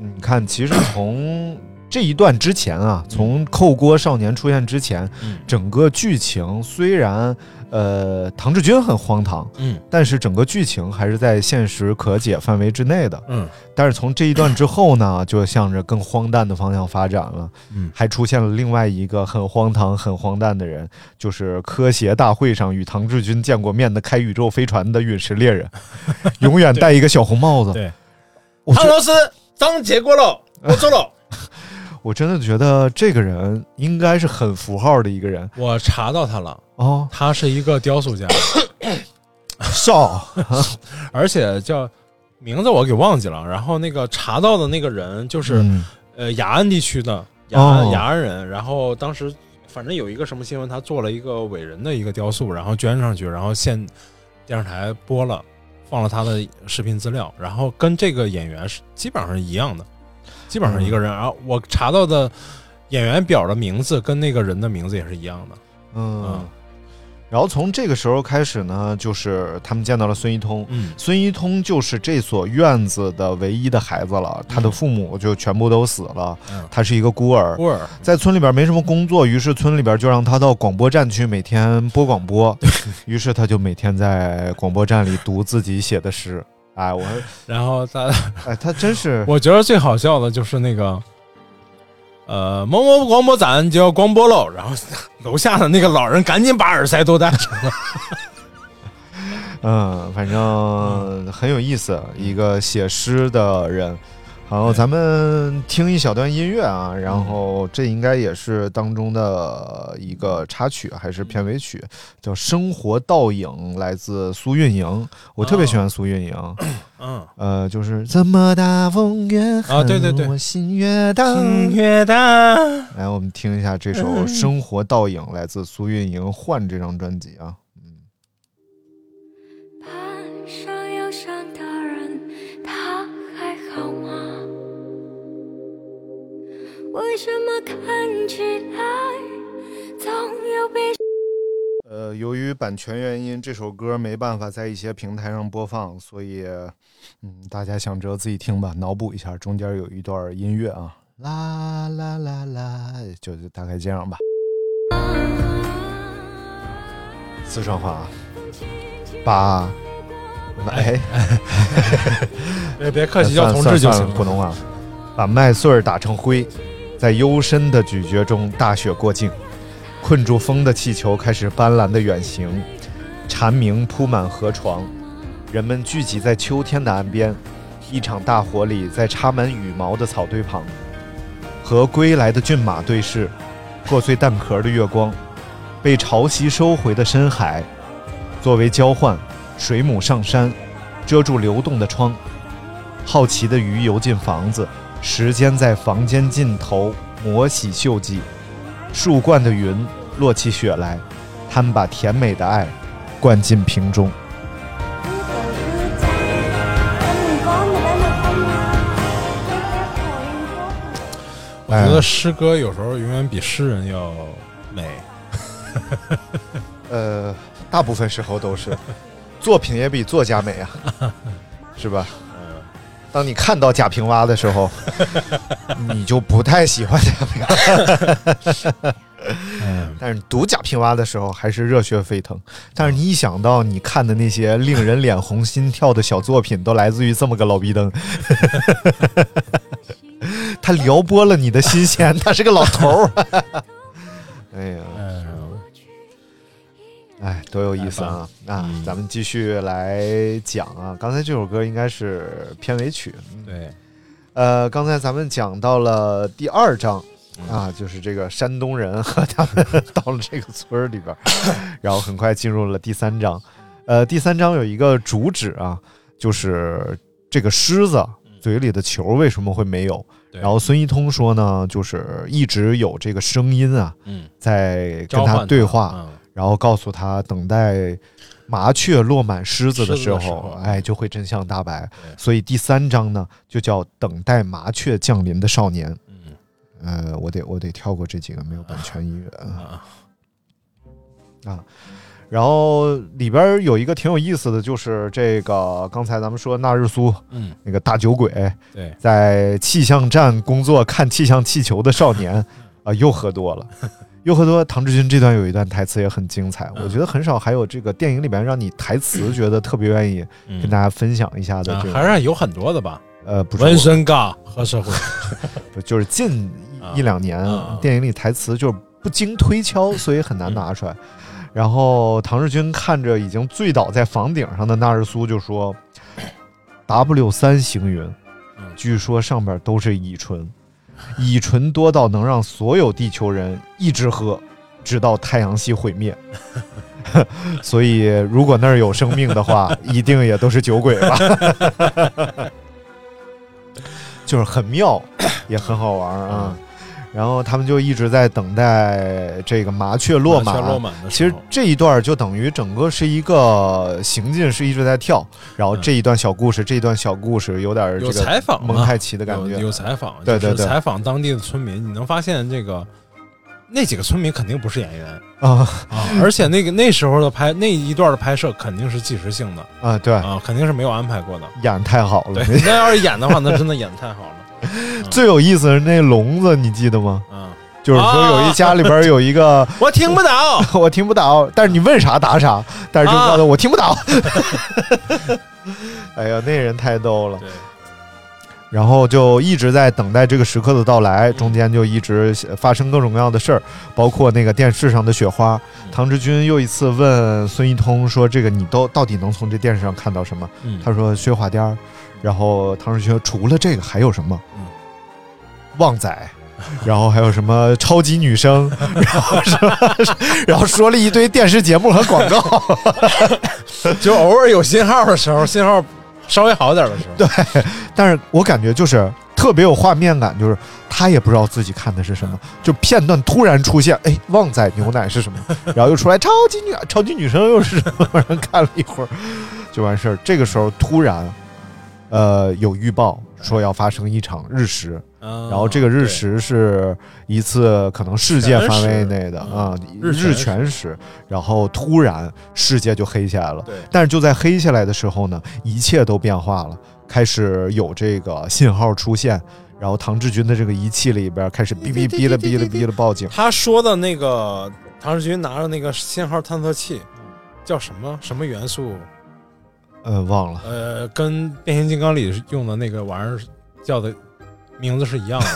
你看，其实从这一段之前啊，从扣锅少年出现之前，嗯整个剧情虽然呃唐志军很荒唐，嗯但是整个剧情还是在现实可解范围之内的。嗯但是从这一段之后 [LAUGHS] 呢，就向着更荒诞的方向发展了。嗯还出现了另外一个很荒唐、很荒诞的人，就是科协大会上与唐志军见过面的开宇宙飞船的陨石猎 [LAUGHS] 人，永远戴一个小红帽子。对，我真老师张结锅 [LAUGHS] 了，我走了。我真的觉得这个人应该是很符号的一个人我查到他了， [LAUGHS] 哦，他是一个雕塑家，少而且叫名字我给忘记了。然后那个查到的那个人就是、嗯呃雅安地区的雅安、哦雅安人，然后当时反正有一个什么新闻，他做了一个伟人的一个雕塑，然后捐上去，然后现电视台播了。放了他的视频资料，然后跟这个演员是基本上是一样的，基本上一个嗯人。然后我查到的演员表的名字跟那个人的名字也是一样的。嗯嗯。然后从这个时候开始呢，就是他们见到了孙一通，嗯孙一通就是这所院子的唯一的孩子了，他的父母就全部都死了，嗯，他是一个孤儿，波尔在村里边没什么工作，于是村里边就让他到广播站去每天播广播，于是他就每天在广播站里读自己写的诗。哎，我然后他，哎，他真是我觉得最好笑的就是那个，呃，某某广播站就要广播喽，然后 [LAUGHS] 楼下的那个老人赶紧把耳塞都戴上。嗯，反正很有意思，嗯一个写诗的人。好，咱们听一小段音乐啊，然后这应该也是当中的一个插曲，还是片尾曲，叫《生活倒影》，来自苏运莹。我特别喜欢苏运莹，嗯，呃，就是这么大风越狠，啊对对对我心越大。音乐的来，我们听一下这首嗯《生活倒影》，来自苏运莹《换》这张专辑啊。班上有伤的人，他还好吗？为什么看起来总有悲呃，由于版权原因，这首歌没办法在一些平台上播放，所以，嗯，大家想着自己听吧，脑补一下，中间有一段音乐啊，啦啦啦啦，就就大概这样吧。四川话，啊八，哎，别哎别客气，叫同志就算行算了。普通话，把麦穗儿打成灰，在幽深的咀嚼中大雪过境。困住风的气球开始斑斓的远行，蝉鸣铺满河床，人们聚集在秋天的岸边，一场大火里在插满羽毛的草堆旁，和归来的骏马对视，破碎蛋壳的月光，被潮汐收回的深海，作为交换，水母上山，遮住流动的窗，好奇的鱼游进房子，时间在房间尽头磨洗锈迹。树冠的云落起雪来，他们把甜美的爱灌进瓶中。我哎觉得诗歌有时候永远比诗人要美。呃，大部分时候都是， [LAUGHS] 作品也比作家美啊，是吧？当你看到贾平凹的时候，你就不太喜欢贾平凹，嗯，但是读贾平凹的时候还是热血沸腾。但是你一想到你看的那些令人脸红心跳的小作品，都来自于这么个老逼灯，他撩拨了你的心弦，他是个老头儿。哎呀，哎，多有意思啊！啊，咱们继续来讲啊。刚才这首歌应该是片尾曲，对，呃，刚才咱们讲到了第二章啊，就是这个山东人和他们到了这个村儿里边儿，然后很快进入了第三章。呃，第三章有一个主旨啊，就是这个狮子嘴里的球为什么会没有？对然后孙一通说呢，就是一直有这个声音啊嗯，在跟召唤他他对话，嗯然后告诉他，等待麻雀落满狮子的时候，狮子的时候哎，就会真相大白。对所以第三章呢，就叫《等待麻雀降临的少年》。嗯呃，我得我得跳过这几个没有版权音乐。啊啊，然后里边儿有一个挺有意思的，就是这个刚才咱们说纳日苏嗯，那个大酒鬼，对，在气象站工作看气象气球的少年 [LAUGHS] 啊、又喝多了。又喝多，唐志军这段有一段台词也很精彩，嗯我觉得很少还有这个电影里边让你台词觉得特别愿意嗯跟大家分享一下的啊这个，还是有很多的吧。呃，不纹是身尬和社会，我，就是近啊一一两年啊嗯啊电影里台词就是不经推敲，所以很难拿出来。然后唐志军看着已经醉倒在房顶上的纳日苏，就说：“W 三行云，嗯据说上边都是乙醇，乙醇多到能让所有地球人一直喝，直到太阳系毁灭。 [LAUGHS] 所以，如果那儿有生命的话，一定也都是酒鬼吧。 [LAUGHS] 就是很妙，也很好玩儿嗯啊。然后他们就一直在等待这个麻雀落马。马落满的其时实候，这一段就等于整个是一个行进，是一直在跳。然后这一段小故事，这一段小故事有点儿这嗯有个采访嘛蒙太奇的感有觉。有采访，对对就是对采访当地的村民，你能发现这个那几个村民肯定不是演员 [LAUGHS] 啊啊，而且那个那时候的拍那一段的拍摄肯定是即时性的啊，对，啊，肯定是没有安排过的。演太好了对。，那要是演的话，那真的演得太好了。 [LAUGHS] 最有意思是那笼子，你记得吗？嗯，就是说有一家里边儿有一个、我听不懂， [LAUGHS] 我听不懂，但是你问啥答啥，但是就告诉我听不懂。 [LAUGHS] 哎呀，那人太逗了。对，然后就一直在等待这个时刻的到来，中间就一直发生各种各样的事儿，包括那个电视上的雪花。唐志军又一次问孙一通说：“这个你都到底能从这电视上看到什么？”嗯，他说：“雪花点儿。”然后唐志军说除了这个还有什么嗯？旺仔。然后还有什么超级女 [LAUGHS] 生，然后说，然后说了一堆电视节目和广告， [LAUGHS] 就偶尔有信号的时候，信号稍微好点的时候，对，但是我感觉就是特别有画面感，就是他也不知道自己看的是什嗯么，就片段突然出现，哎，旺仔牛奶是什 [LAUGHS] 么，然后又出来超级女超级女生又是什么，然后看了一会儿就完事儿。这个时候突然，呃，有预报说要发生一场日食，然然后这个日食是一次可能世界范围内的全食啊、日全食日全食，然后突然世界就黑下来了。对但是就在黑下来的时候呢，一切都变化了，开始有这个信号出现，然后唐志军的这个仪器里边开始哔哔哔了哔了哔了报警。他说的那个唐志军拿着那个信号探测器，叫什么什么元素？呃，忘了，呃，跟变形金刚里用的那个玩意儿叫的名字是一样的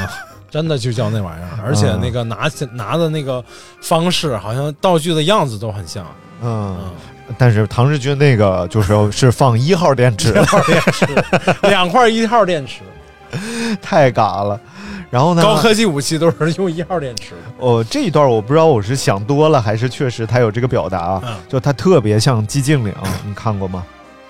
[LAUGHS] 啊。真的就叫那玩意儿，而啊且那个拿起拿的那个方式，好像道具的样子都很像。嗯，但是唐志军那个就是是放一号电 [LAUGHS] 池，两块一号电池，太嘎了。然后呢？高科技武器都是用一号电池的。哦，这一段我不知道我是想多了，还是确实他有这个表达啊，嗯就他特别像《寂静岭》，你看过吗？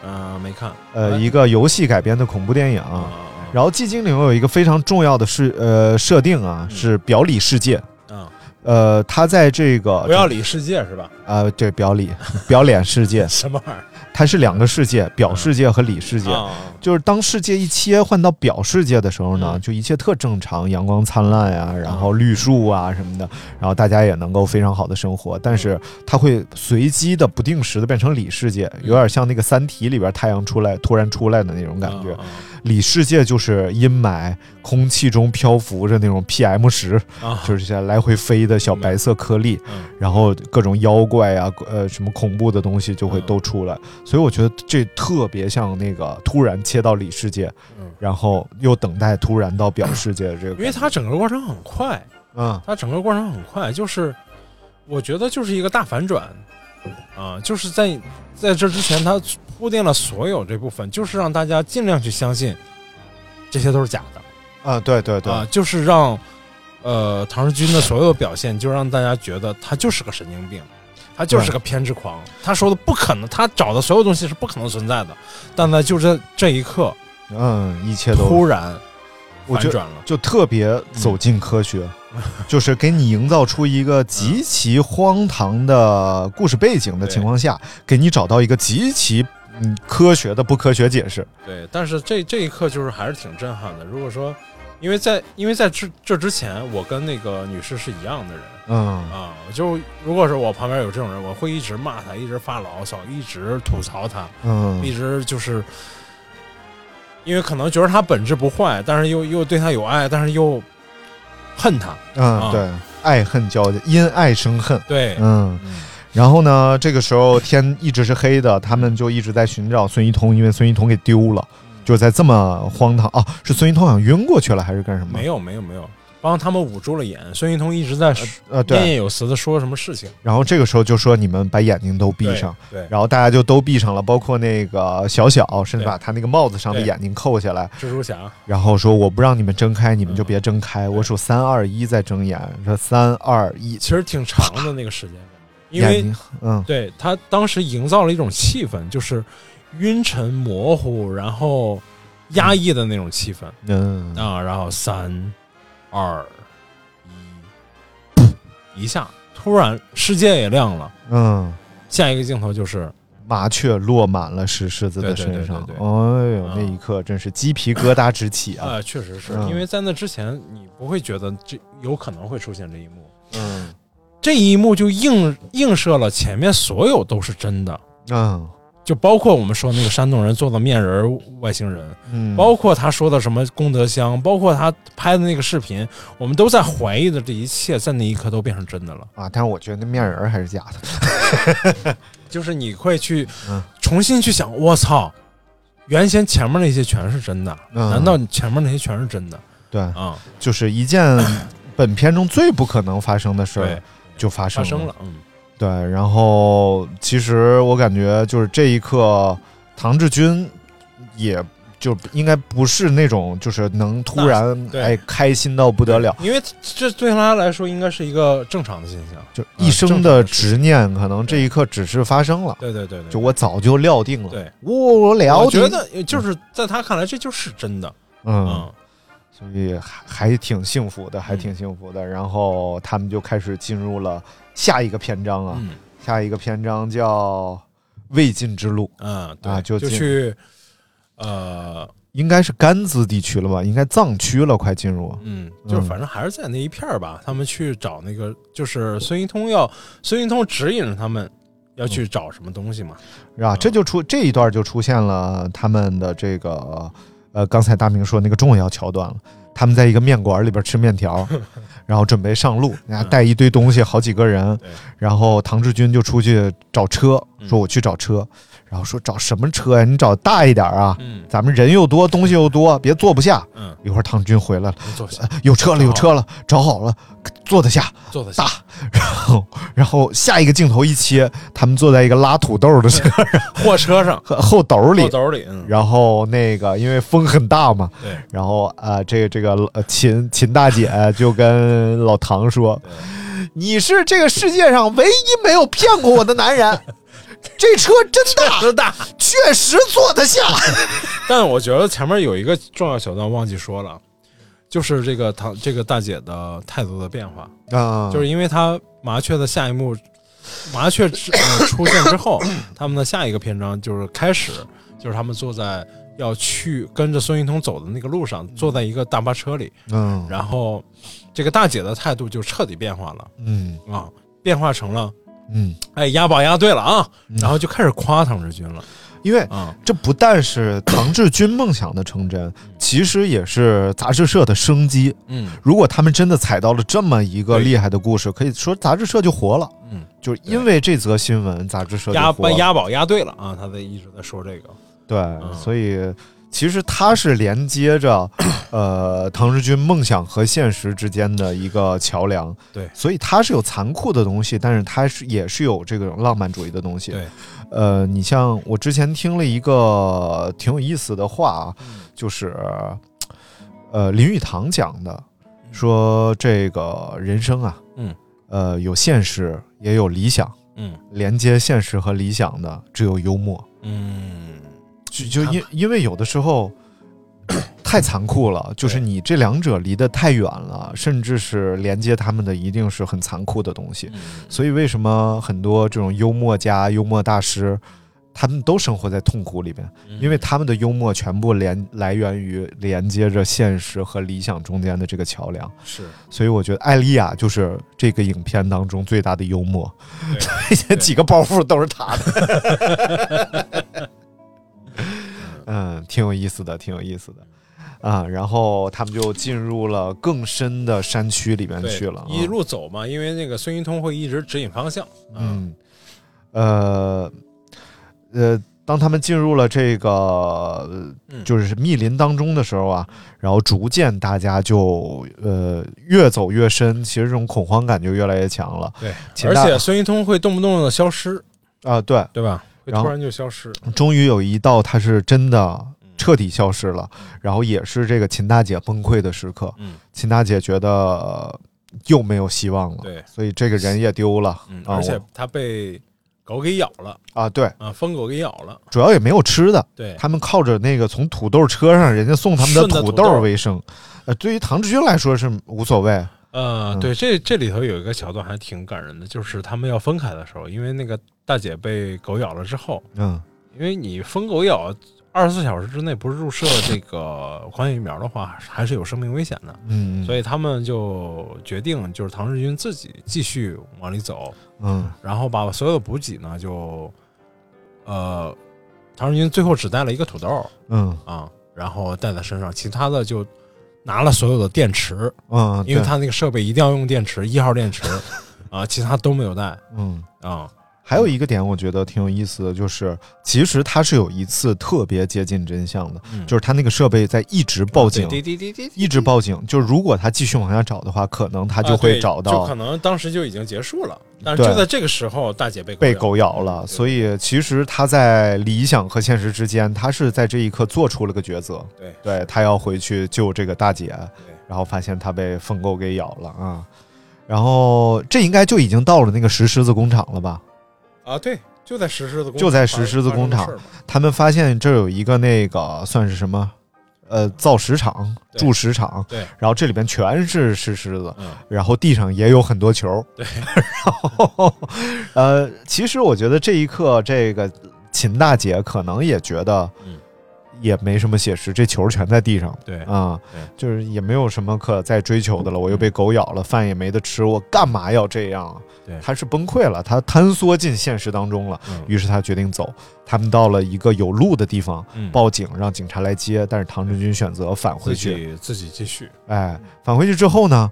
嗯、没看。呃，哎一个游戏改编的恐怖电影。啊然后《寂静岭》有一个非常重要的是呃设定啊，嗯是表里世界。啊！呃，他在这个不要理世界是吧？呃，对表里表脸世界，什么玩意儿？它是两个世界，嗯表世界和里世界。啊就是当世界一切换到表世界的时候呢，嗯就一切特正常，阳光灿烂呀、然后绿树啊什么的，然后大家也能够非常好的生活。但是它会随机的、不定时的变成里世界，嗯有点像那个《三体》里边太阳出来突然出来的那种感觉。啊里世界就是阴霾，空气中漂浮着那种 PM 十，啊！就是这些来回飞的小白色颗粒，嗯然后各种妖怪啊，呃，什么恐怖的东西就嗯会都出来。所以我觉得这特别像那个突然切到里世界，嗯然后又等待突然到表世界的这个，因为它整个过程很快，嗯它整个过程很快，就是我觉得就是一个大反转啊，就是在在这之前，它铺垫了所有这部分，就是让大家尽量去相信这些都是假的啊，对对对，啊，就是让呃唐世军的所有表现，就让大家觉得他就是个神经病。他就是个偏执狂，他说的不可能，他找的所有东西是不可能存在的，但在就这这一刻，嗯，一切突都然我反觉得转了。就特别走进科学。嗯就是给你营造出一个极其荒唐的故事背 [LAUGHS] 景的情况下，给你找到一个极其嗯科学的不科学解释。对，但是这这一刻就是还是挺震撼的。如果说，因为在因为在这这之前，我跟那个女士是一样的人嗯啊，我就如果是我旁边有这种人，我会一直骂他，一直发牢骚，一直吐槽他，嗯一直就是。因为可能觉得他本质不坏，但是又又对他有爱，但是又恨他。嗯，对，爱恨交加，因爱生恨。对，嗯，然后呢，这个时候天一直是黑的，他们就一直在寻找孙一通，因为孙一通给丢了，就在这么荒唐哦、是孙一通想晕过去了还是干什么？没，有没有没有，帮他们捂住了眼。孙一通一直在说呃，念对。念有词的说什么事情，然后这个时候就说你们把眼睛都闭上，对，对，然后大家就都闭上了，包括那个小小，甚至把他那个帽子上的对眼睛扣下来，蜘蛛侠，然后说我不让你们睁开，你们就别睁开，我数三二一再睁眼，说三二一，其实挺长的那个时间，因眼为睛，嗯对他当时营造了一种气氛，就是晕沉、模糊，然后压抑的那种气氛嗯，啊。然后三、二、一，一下，突然世界也亮了。嗯，下一个镜头啊就是麻雀落满了石狮子的身上。对对对对哎呦啊，那一刻真是鸡皮疙瘩直起啊！呃，确实是嗯因为在那之前，你不会觉得这有可能会出现这一幕，嗯这一幕就映映射了前面所有都是真的，嗯就包括我们说那个山东人做的面人儿外星人，嗯，包括他说的什么功德箱，包括他拍的那个视频，我们都在怀疑的这一切，在那一刻都变成真的了。啊，但是我觉得那面人儿还是假的。就是你会去嗯重新去想，我操，原先前面那些全是真的，嗯难道你前面那些全是真的对，啊？就是一件本片中最不可能发生的事对儿，就发生发了。生了，嗯，对，然后其实我感觉就是这一刻，唐志军也。就应该不是那种，就是能突然对哎开心到不得了，因为这对他来说应该是一个嗯正常的现象。就一生的执念，可能这一刻只是发生了。对对对对，就我早就料定了，对，我了我定觉得就是在他看来这就是真的，嗯，嗯所以还还挺幸福的，还挺幸福的。然后他们就开始进入了下一个篇章啊，嗯下一个篇章叫魏晋之路，嗯，啊对，就就进去呃。应该是甘孜地区了吧？应该藏区了，快进入。嗯，就是反正还是在那一片儿吧。他们去找那个，就是孙一通要孙一通指引着他们要去嗯找什么东 [LAUGHS] 西嘛。是嗯吧？这就出这一段就出现了他们的这个呃，刚才大明说那个重要桥段了。他们在一个面馆里边吃面条， [LAUGHS] 然后准备上路，然后带一堆东西，好几个人嗯对，然后唐志军就出去找车，嗯说我去找车，然后说找什么车呀？你找大一点啊，嗯咱们人又多，东西又多，别坐不下。嗯，一会儿唐志军回来了，坐下，有车了，找好有车了，找好了，坐得下。坐得下大，然后然后下一个镜头一切，他们坐在一个拉土豆的车 [LAUGHS] 货车上，后斗里后，兜里，嗯，然后那个因为风很大嘛，对，然后啊、呃这个这个呃秦秦大姐就跟老唐说：“你是这个世界上唯一没有骗过我的男人，这车真 [LAUGHS] 大，真大。确实坐得 [LAUGHS] 下。但我觉得前面有一个重要桥段忘记说了，就是这个唐这个大姐的态度的变化，”啊就是因为她麻雀的下一幕，麻雀之、呃出现 [COUGHS] 之后，他们的下一个篇章就是开始，就是他们坐在要去跟着孙云通走的那个路上，坐在一个大巴车里，嗯然后这个大姐的态度就彻底变化了嗯啊，变化成了嗯，哎押宝押对了啊，嗯然后就开始夸唐志军了因为啊，这不但是唐志军梦想的成真，其实也是杂志社的生机。嗯如果他们真的采到了这么一个对厉害的故事，可以说杂志社就活了。嗯。就是因为这则新闻，杂志社押就活把了。押宝押对了啊，他在一直在说这个，对，嗯所以其实它是连接着 [COUGHS] 呃唐志军梦想和现实之间的一个桥梁。对所以它是有残酷的东西，但是它是也是有这种浪漫主义的东西。对，呃，你像我之前听了一个挺有意思的话啊，嗯就是呃林语堂讲的，说这个人生啊，嗯，呃有现实也有理想，嗯连接现实和理想的只有幽默。嗯，就就因因为有的时 [CLEARS THROAT] 候太残酷了，就是对你这两者离得太远了，甚至是连接他们的一定是很残酷的东西。所以为什么很多这种幽默家、幽默大师，他们都生活在痛苦里边，嗯因为他们的幽默全部连来源于连接着现实和理想中间的这个桥梁。是所以我觉得艾丽亚就是这个影片当中最大的幽默， [LAUGHS] 这对几个包袱都是他的。 [LAUGHS] 嗯，挺有意思的，挺有意思的。啊，然后他们就进入了更深的山区里面对去了啊。一路走嘛，因为那个孙一通会一直指引方向，啊，嗯，呃，呃，当他们进入了这个呃嗯就是密林当中的时候啊，然后逐渐大家就呃越走越深，其实这种恐慌感就越来越强了对，秦而大且孙一通会动不动的消失，啊。对，对吧？会然后哦突然就消失，终于有一道它是真的嗯彻底消失了，然后也是这个秦大姐崩溃的时刻。嗯，秦大姐觉得。呃又没有希望了，对所以这个人也丢了，嗯，啊而且哦我他被狗给咬了啊，对，啊，疯狗给咬了，主要也没有吃的，对，他们靠着那个从土豆车上人家送他们的顺着土土豆豆为生，呃，对于唐志军来说是无所谓。呃，嗯对，这这里头有一个桥段还挺感人的，就是他们要分开的时候，因为那个大姐被狗咬了之后，嗯因为你疯狗咬二十四小时之内不入射这个狂犬疫苗的话，还是有生命危险的。嗯，所以以他们就决定，就是唐志军自己继续往里走，嗯然后把所有的补给呢，就呃，唐志军最后只带了一个土豆嗯啊，然后带在身上，其他的就拿了所有的电池，嗯，因为对他那个设备一定要用电池，一 [LAUGHS] 号电池啊，其他都没有带嗯。啊。还有一个点，我觉得挺有意思的，就是其实他是有一次特别接近真相的，嗯啊就是他那个设备在一直报警，滴滴滴滴滴，一直报警。就是如果他继续往下找的话，可能他他就会找啊就到可能当时就已经结束了，但是对就在这个时候，大姐被被狗咬狗咬嗯了。所以其实他在理想和现实之间，他是在这一刻做出了个抉择。对对他要回去救这个大姐对，然后发现他被疯狗给咬了啊。然后这应该就已经到了那个石狮子工厂了吧？啊，对，就在石狮子工就在发石狮子发生工的厂事儿嘛他们发现这儿有一个那个算是什么，呃，造石场、对铸石场，对，然后这里边全是石狮子，嗯然后地上也有很多球，对， [LAUGHS] 然后呃，其实我觉得这一刻，这个秦大姐可能也觉得嗯，也没什么写实，这球全在地上。对嗯啊，就是也没有什么可再追求的了。我又被狗咬了，饭也没得吃，我干嘛要这样啊？对他是崩溃了，他坍缩进现实当中了。嗯于是他决定走。他们到了一个有路的地方，嗯报警让警察来接，但是唐真军选择返回自去。己自己继续，哎，返回去之后呢，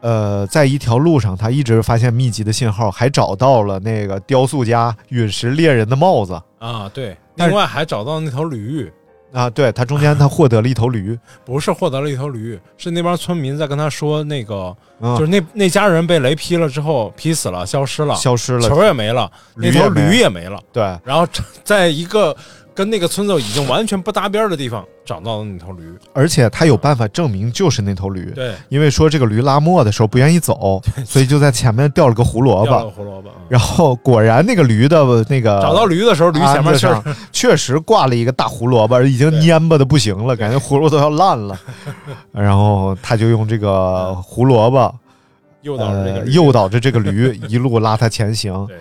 呃，在一条路上，他一直发现密集的信号，还找到了那个雕塑家陨石猎人的帽子啊，对，但是另外还找到那头驴，啊。对他中间他获得了一头驴，不是获得了一头驴，是那帮村民在跟他说那个，嗯，就是那那家人被雷劈了之后劈死了，消失了，消失了。球也没了，驴那也头没驴也没了，对，然后在一个跟那个村子已经完全不搭边儿的地方找到了那头驴，而且他有办法证明就是那头驴，对，因为说这个驴拉磨的时候不愿意走，所以就在前面掉了个胡萝掉了卜。胡萝卜，嗯然后果然，那个驴的呃那个找到驴的时候，驴前面鞍子是上确实挂了一个大胡萝卜，已经对蔫巴的不行了，感觉胡萝卜都要烂 [LAUGHS] 了。然后他就用这个胡萝卜诱导着这个呃驴诱导着这个驴 [LAUGHS] 一路拉它前行，对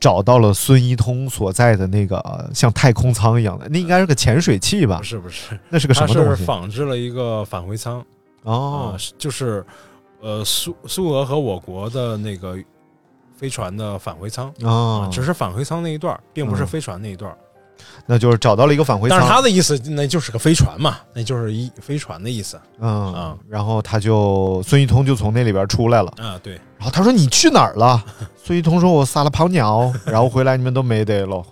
找到了孙一通所在的那个呃像太空舱一样的，那应该是个潜水器吧不？是不是，那是个什它么是东西？仿制了一个返回舱啊哦，，是就是呃苏苏俄和我国的那个飞船的返回舱。啊哦，只是返回舱那一段儿，并不是嗯飞船那一段儿。那就是找到了一个返回舱，但是他的意思，那就是个飞船嘛，那就是一飞船的意思嗯啊，然后他就孙一通就从那里边出来了，啊。对然后他说你去哪儿了？ [LAUGHS] 孙一通说我撒了泡尿， [LAUGHS] 然后回来你们都没得喽。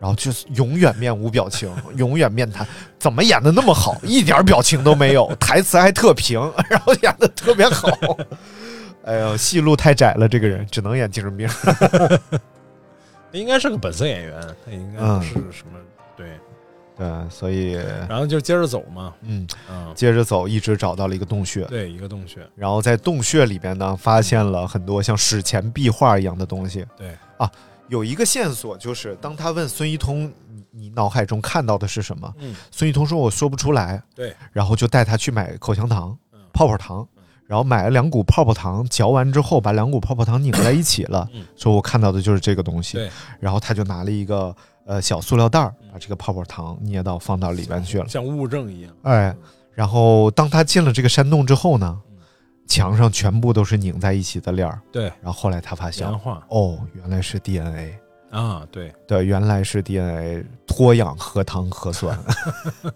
然后就是永远面无表情， [LAUGHS] 永远面瘫，怎么演的那么好， [LAUGHS] 一点表情都没有， [LAUGHS] 台词还特平， [LAUGHS] 然后演的特别好。 [LAUGHS] 哎呦，戏路太窄了，这个人只能演精神病。 [LAUGHS] 应该是个本色演员，他应该嗯不是什么、对。对，所以然后就接着走嘛，嗯，嗯，接着走，一直找到了一个洞穴，对，一个洞穴，然后在洞穴里边呢，发现了很多像史前壁画一样的东西。对啊，有一个线索就是，当他问孙一通你你脑海中看到的是什么，嗯，孙一通说我说不出来，对，然后就带他去买口香糖、嗯泡泡糖，然后买了两股泡泡糖，嚼完之后把两股泡泡糖拧在一起了，嗯说我看到的就是这个东西对。然后他就拿了一个呃小塑料袋儿，把这个泡泡糖捏到放到里边去了。像物证一样，哎，然后当他进了这个山洞之后呢，墙上全部都是拧在一起的链儿。对，然后后来他发现，原话哦，原来是 DNA，啊，对，对，原来是 DNA，脱氧核糖核酸。 [LAUGHS]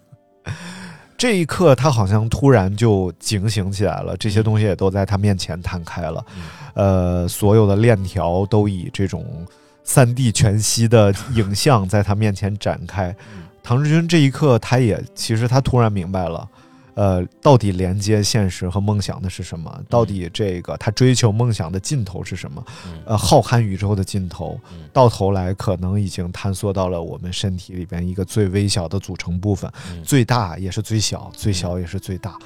这一刻，他好像突然就警醒起来了，这些东西也都在他面前摊开了，呃，所有的链条都以这种三 D 全息的影像在他面前展开。唐志军这一刻，他也其实他突然明白了，呃，到底连接现实和梦想的是什么？到底这个他追求梦想的尽头是什么？呃，浩瀚宇宙的尽头，到头来可能已经坍缩到了我们身体里边一个最微小的组成部分，最大也是最小，最小也是最大，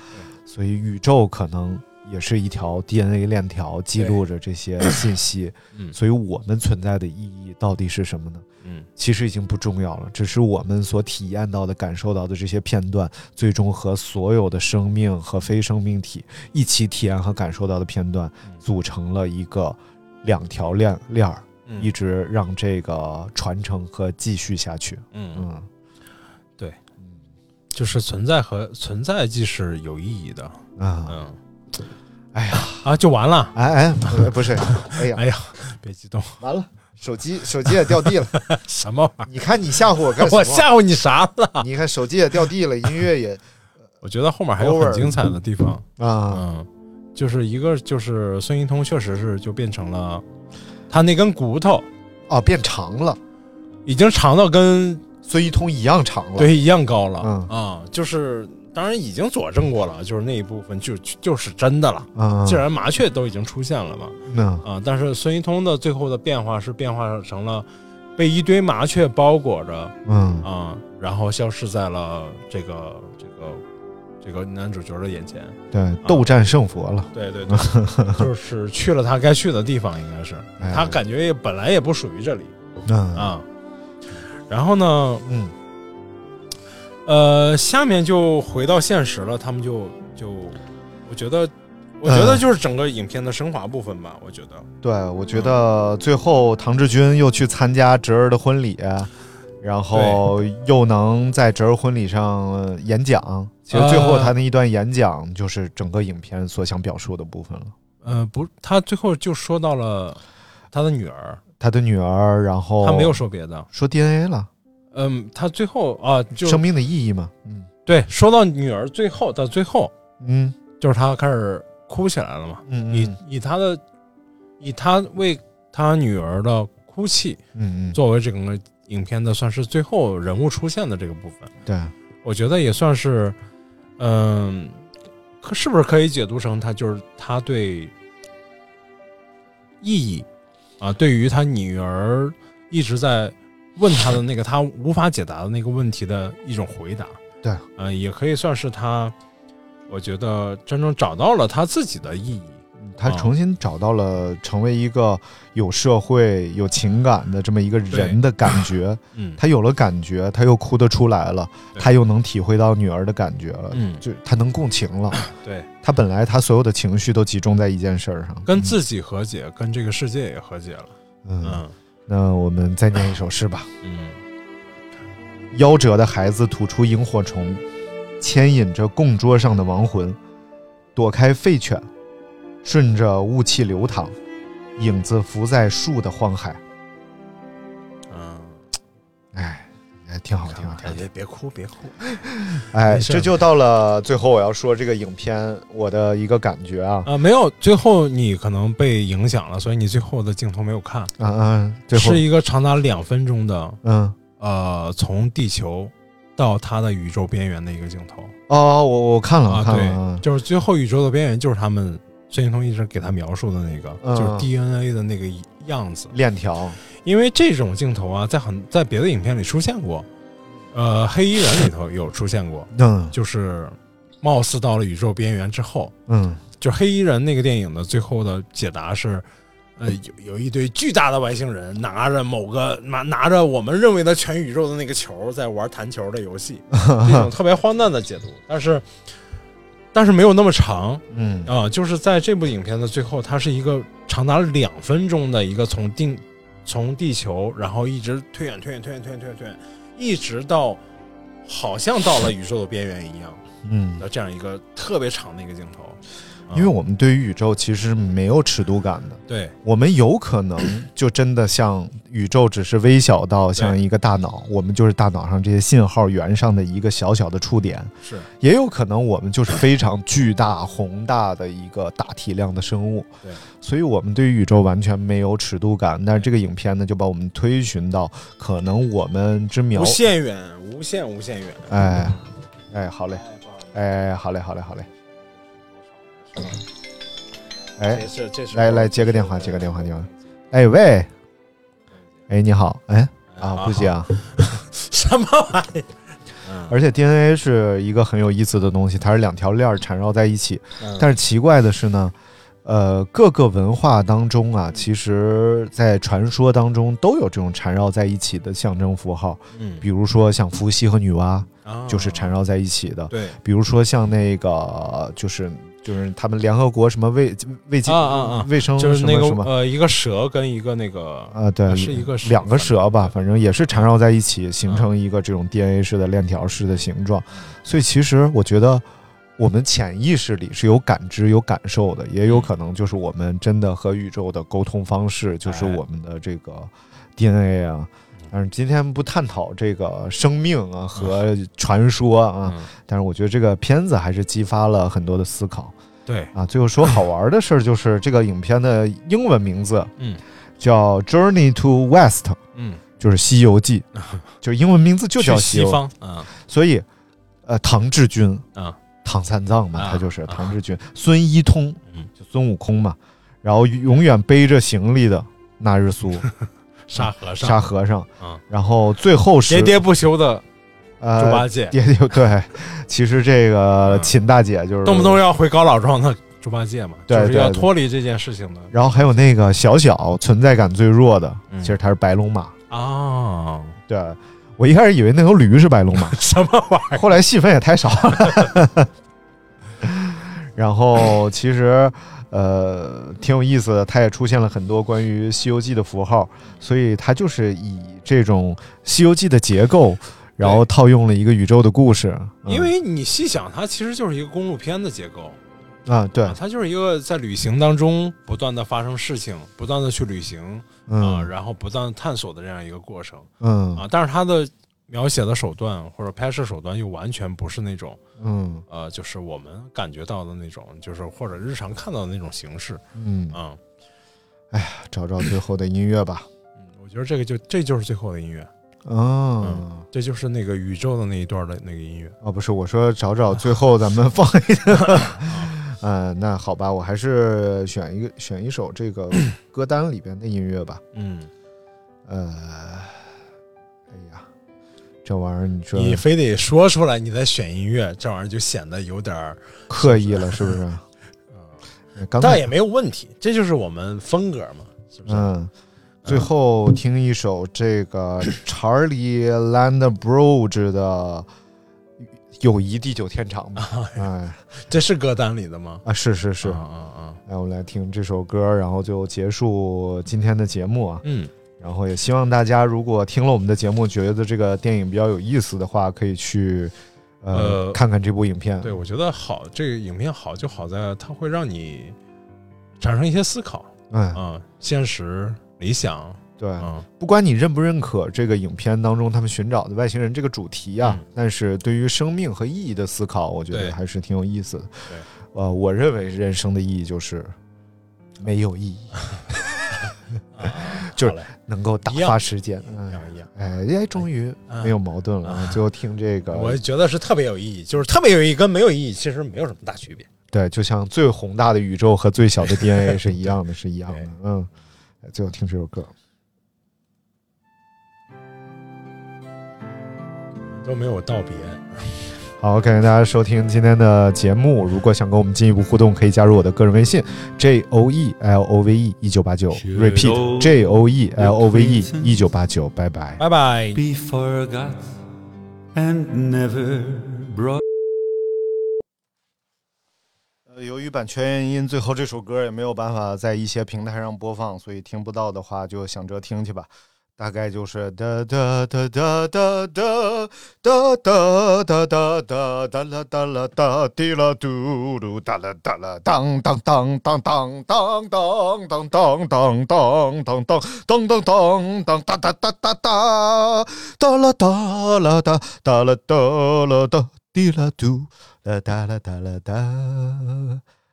所以宇宙可能。也是一条 DNA 链条，记录着这些信息，嗯所以我们存在的意义到底是什么呢？嗯，其实已经不重要了，只是我们所体验到的、感受到的这些片段，最终和所有的生命和非生命体一起体验和感受到的片段，组成了一个两条链链儿，嗯一直让这个传承和继续下去。嗯，嗯，就是存在和存在既是有意义的，啊，嗯，哎呀，啊，就完了，哎哎，不 [LAUGHS] 是不是，哎呀，哎呀，别激动，完了，手机手机也掉地了。什么玩意你看你吓唬我干儿？什么？ [LAUGHS] 我吓唬你啥了？你看手机也掉地了，音乐也我觉得后面还有 Over 很精彩的地方，啊，嗯，就是一个就是孙一通确实是就变成了他那根骨头哦，变长了，已经长到跟孙一通一样长了。对一样高了嗯啊、就是当然已经佐证过了，就是那一部分就就是真的了。啊，既然麻雀都已经出现了嘛，那啊、但是孙一通的最后的变化是变化成了被一堆麻雀包裹着嗯啊、然后消失在了这个这个这个男主角的眼前。对，斗战胜佛了。对对对， [LAUGHS] 就是去了他该去的地方，应该是哎他感觉也本来也不属于这里嗯啊。然后呢，嗯呃，下面就回到现实了，他们就就，我觉得，我觉得嗯就是整个影片的升华部分吧，我觉得，对，我觉得最后唐志军又去参加侄儿的婚礼，然后又能在折婚礼上演讲。其实最啊后他那一段演讲就是整个影片所想表述的部分了。呃，不，他最后就说到了他的女儿，他的女儿，然后他没有说别的。说 DNA 了，嗯，他最后啊，就生命的意义嘛。嗯对，说到女儿，最后到最后嗯就是他开始哭起来了嘛。嗯以以他的以他为他女儿的哭泣嗯嗯，作为整个影片的算是最后人物出现的这个部分，对，我觉得也算是，嗯，可是不是可以解读成他就是他对意义啊，对于他女儿一直在问他的那个他无法解答的那个问题的一种回答。对，嗯、也可以算是他，我觉得真正找到了他自己的意义。他啊重新找到了成为一个有社会、有情感的这么一个人的感觉。嗯， [CLEARS THROAT] 他有了感觉，他又哭得出来了，对他又能体会到女儿的感觉了，嗯就他能共情了。 [CLEARS THROAT] 对，他本来他所有的情绪都集中在一件事儿上，跟自己和解，跟这个世界也和解了。嗯。嗯那我们再念一首诗吧。嗯，夭折的孩子吐出萤火虫，牵引着供桌上的亡魂，躲开废犬，顺着雾气流淌，影子浮在树的荒海。嗯，哎，哎，挺好，挺好，挺好。别别哭，别哭。哎，没事这就到了最后我要说这个影片我的一个感觉啊，啊，没有，最后你可能被影响了，所以你最后的镜头没有看，嗯嗯，最后啊是一个长达两分钟的，嗯呃，从地球到它的宇宙边缘的一个镜头哦，我我看了，我啊，看了，嗯对，就是最后宇宙的边缘，就是他们孙运通一直给他描述的那个，嗯就是 DNA 的那个样子，链条，因为这种镜头啊，在很在别的影片里出现过，呃，《黑衣人》里头有出现过，嗯就是貌似到了宇宙边缘之后，嗯就黑衣人那个电影的最后的解答是，呃，有有一堆巨大的外星人拿着某个拿拿着我们认为的全宇宙的那个球在玩弹球的 [LAUGHS] 游戏，这种特别荒诞的解读，但是但是没有那么长嗯啊、就是在这部影片的最后，它是一个长达两分钟的一个从定从地球，然后一直推远推远推远推远推远推远，一直到好像到了宇宙的边缘一样嗯，的这样一个特别长的一个镜头。啊因为我们对于宇宙其实没有尺度感的，对我们有可能就真的像宇宙，只是微小到像一个大脑，我们就是大脑上这些信号源上的一个小小的触点，是也有可能我们就是非常巨大宏大的一个大体量的生物，对，所以我们对于宇宙完全没有尺度感。但是这个影片呢，就把我们推寻到可能我们之无渺，限远，无限无限远。哎，哎，好嘞，哎，好嘞，好嘞，好嘞，哎这，是这是来来接个电话，接个电话，接个电话，哎嗯喂，哎你好，哎啊不接行，啊，什么玩意而且 DNA 是一个很有意思的东西，它是两条链儿缠绕在一起。儿？但是奇怪的是呢，呃，各个文化当中嗯啊，其实在传说当中都有这种缠绕在一起的象征符号，嗯比如说像伏羲和女娲啊就是缠绕在一起的，对比如说像那个就是就是他们联合国什么卫卫啊计啊啊，卫生什就么是那什个么。呃一个蛇跟一个那个啊，对，是一个蛇两个蛇吧，反正嗯反正也是缠绕在一起，形成一个这种 DNA 式的链条式的形状。所以其实我觉得，我们潜意识里是有感知、有感受的，也嗯有可能就是我们真的和宇宙的沟通方式，就是哎我们的这个 DNA 啊。嗯但是今天不探讨这个生命啊和传说啊，嗯但是我觉得这个片子还是激发了很多的思考。对啊，最后说好玩的事儿就是这个影片的英文名字，嗯，叫《Journey to West》，嗯，就是《西游 [LAUGHS] 记》，就是英文名字就叫去西西游。方啊所以，呃，唐志军啊，唐三藏嘛，啊他就是啊唐志军，孙一通嗯，就孙悟空嘛，然后永远背着行李的那日苏沙和尚沙和尚啊，然后最后是喋喋不休的呃猪八戒，喋喋对，其实这个嗯秦大姐就是动不动要回高老庄的猪八戒嘛，对就是要对对脱离这件事情的然后还有那个小小存在感最弱的，嗯其实他是白龙马。啊，，对我一开始以为那头驴是白龙马 [LAUGHS] 什么玩意 [LAUGHS] 儿？后来戏份也太少了。然后其实，呃，挺有意思的。它也出现了很多关于《西游记》的符号，所以它就是以这种《西游记》的结构，然后套用了一个宇宙的故事。嗯因为你细想，它其实就是一个公路片的结构，啊，对啊，它就是一个在旅行当中不断的发生事情，不断的去旅行啊，嗯然后不断地探索的这样一个过程嗯啊。但是它的描写的手段或者拍摄手段又完全不是那种嗯呃，就是我们感觉到的那种，就是或者日常看到的那种形式嗯，啊。找找最后的音乐吧。嗯我觉得这个就这就是最后的音乐，嗯。嗯这就是那个宇宙的那一段的那个音乐。哦，不是，我说找找，最后咱们放一个。 [LAUGHS] 呃，那好吧，我还是选一个选一首这个歌单里边的音乐吧。嗯，呃，哎呀，这玩意儿你说你非得说出来你再选音乐，这玩意儿就显得有点儿，刻意了是不 [LAUGHS] 是？刚但才也没有问题，这就是我们风格嘛，是不是？嗯，最后听一首这个 Charlie Landbridge 的《友谊地久天长》 [LAUGHS] 吧。哎这是歌单里的吗？啊，是是是啊，啊啊！来我们来听这首歌，然后就结束今天的节目啊。嗯，然后也希望大家如果听了我们的节目，觉得这个电影比较有意思的话，可以去呃呃看看这部影片。对，我觉得好，这个影片好就好在它会让你产生一些思考嗯，啊，现实、理想对，啊，不管你认不认可这个影片当中他们寻找的外星人这个主题啊，嗯但是对于生命和意义的思考，我觉对得还是挺有意思的。对，啊呃，我认为人生的意义就是没有意义， [LAUGHS] 就是好嘞能够打一样发时间。一嗯样一样。哎哎，终于没有矛盾了。啊最后听这个，我觉得是特别有意义，就是特别有意义跟没有意义其实没有什么大区别。对，就像最宏大的宇宙和最 [LAUGHS] 小的 DNA 是一样的，是一样对的。嗯，最后听这首歌，都没有道别。好，感谢大家收听今天的节目。如果想跟我们进一步互动，可以加入我的个人微信 j o e l o v e 一九八九，repeat j o e l o v e 一九八九，拜拜。拜拜。 be forgot and never brought. 呃由于版权原因，最后这首歌也没有办法在一些平台上播放，所以听不到的话就想着听去吧。大概就是哒哒哒哒哒哒哒哒哒哒哒哒啦哒啦哒滴啦嘟噜哒啦哒啦当当当当当当当当当当当当当当当当当哒哒哒哒哒哒啦哒啦哒哒啦哒啦哒滴啦嘟啦哒啦哒啦哒。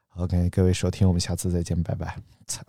好，感谢各位收听，我们下次再见，拜拜。操。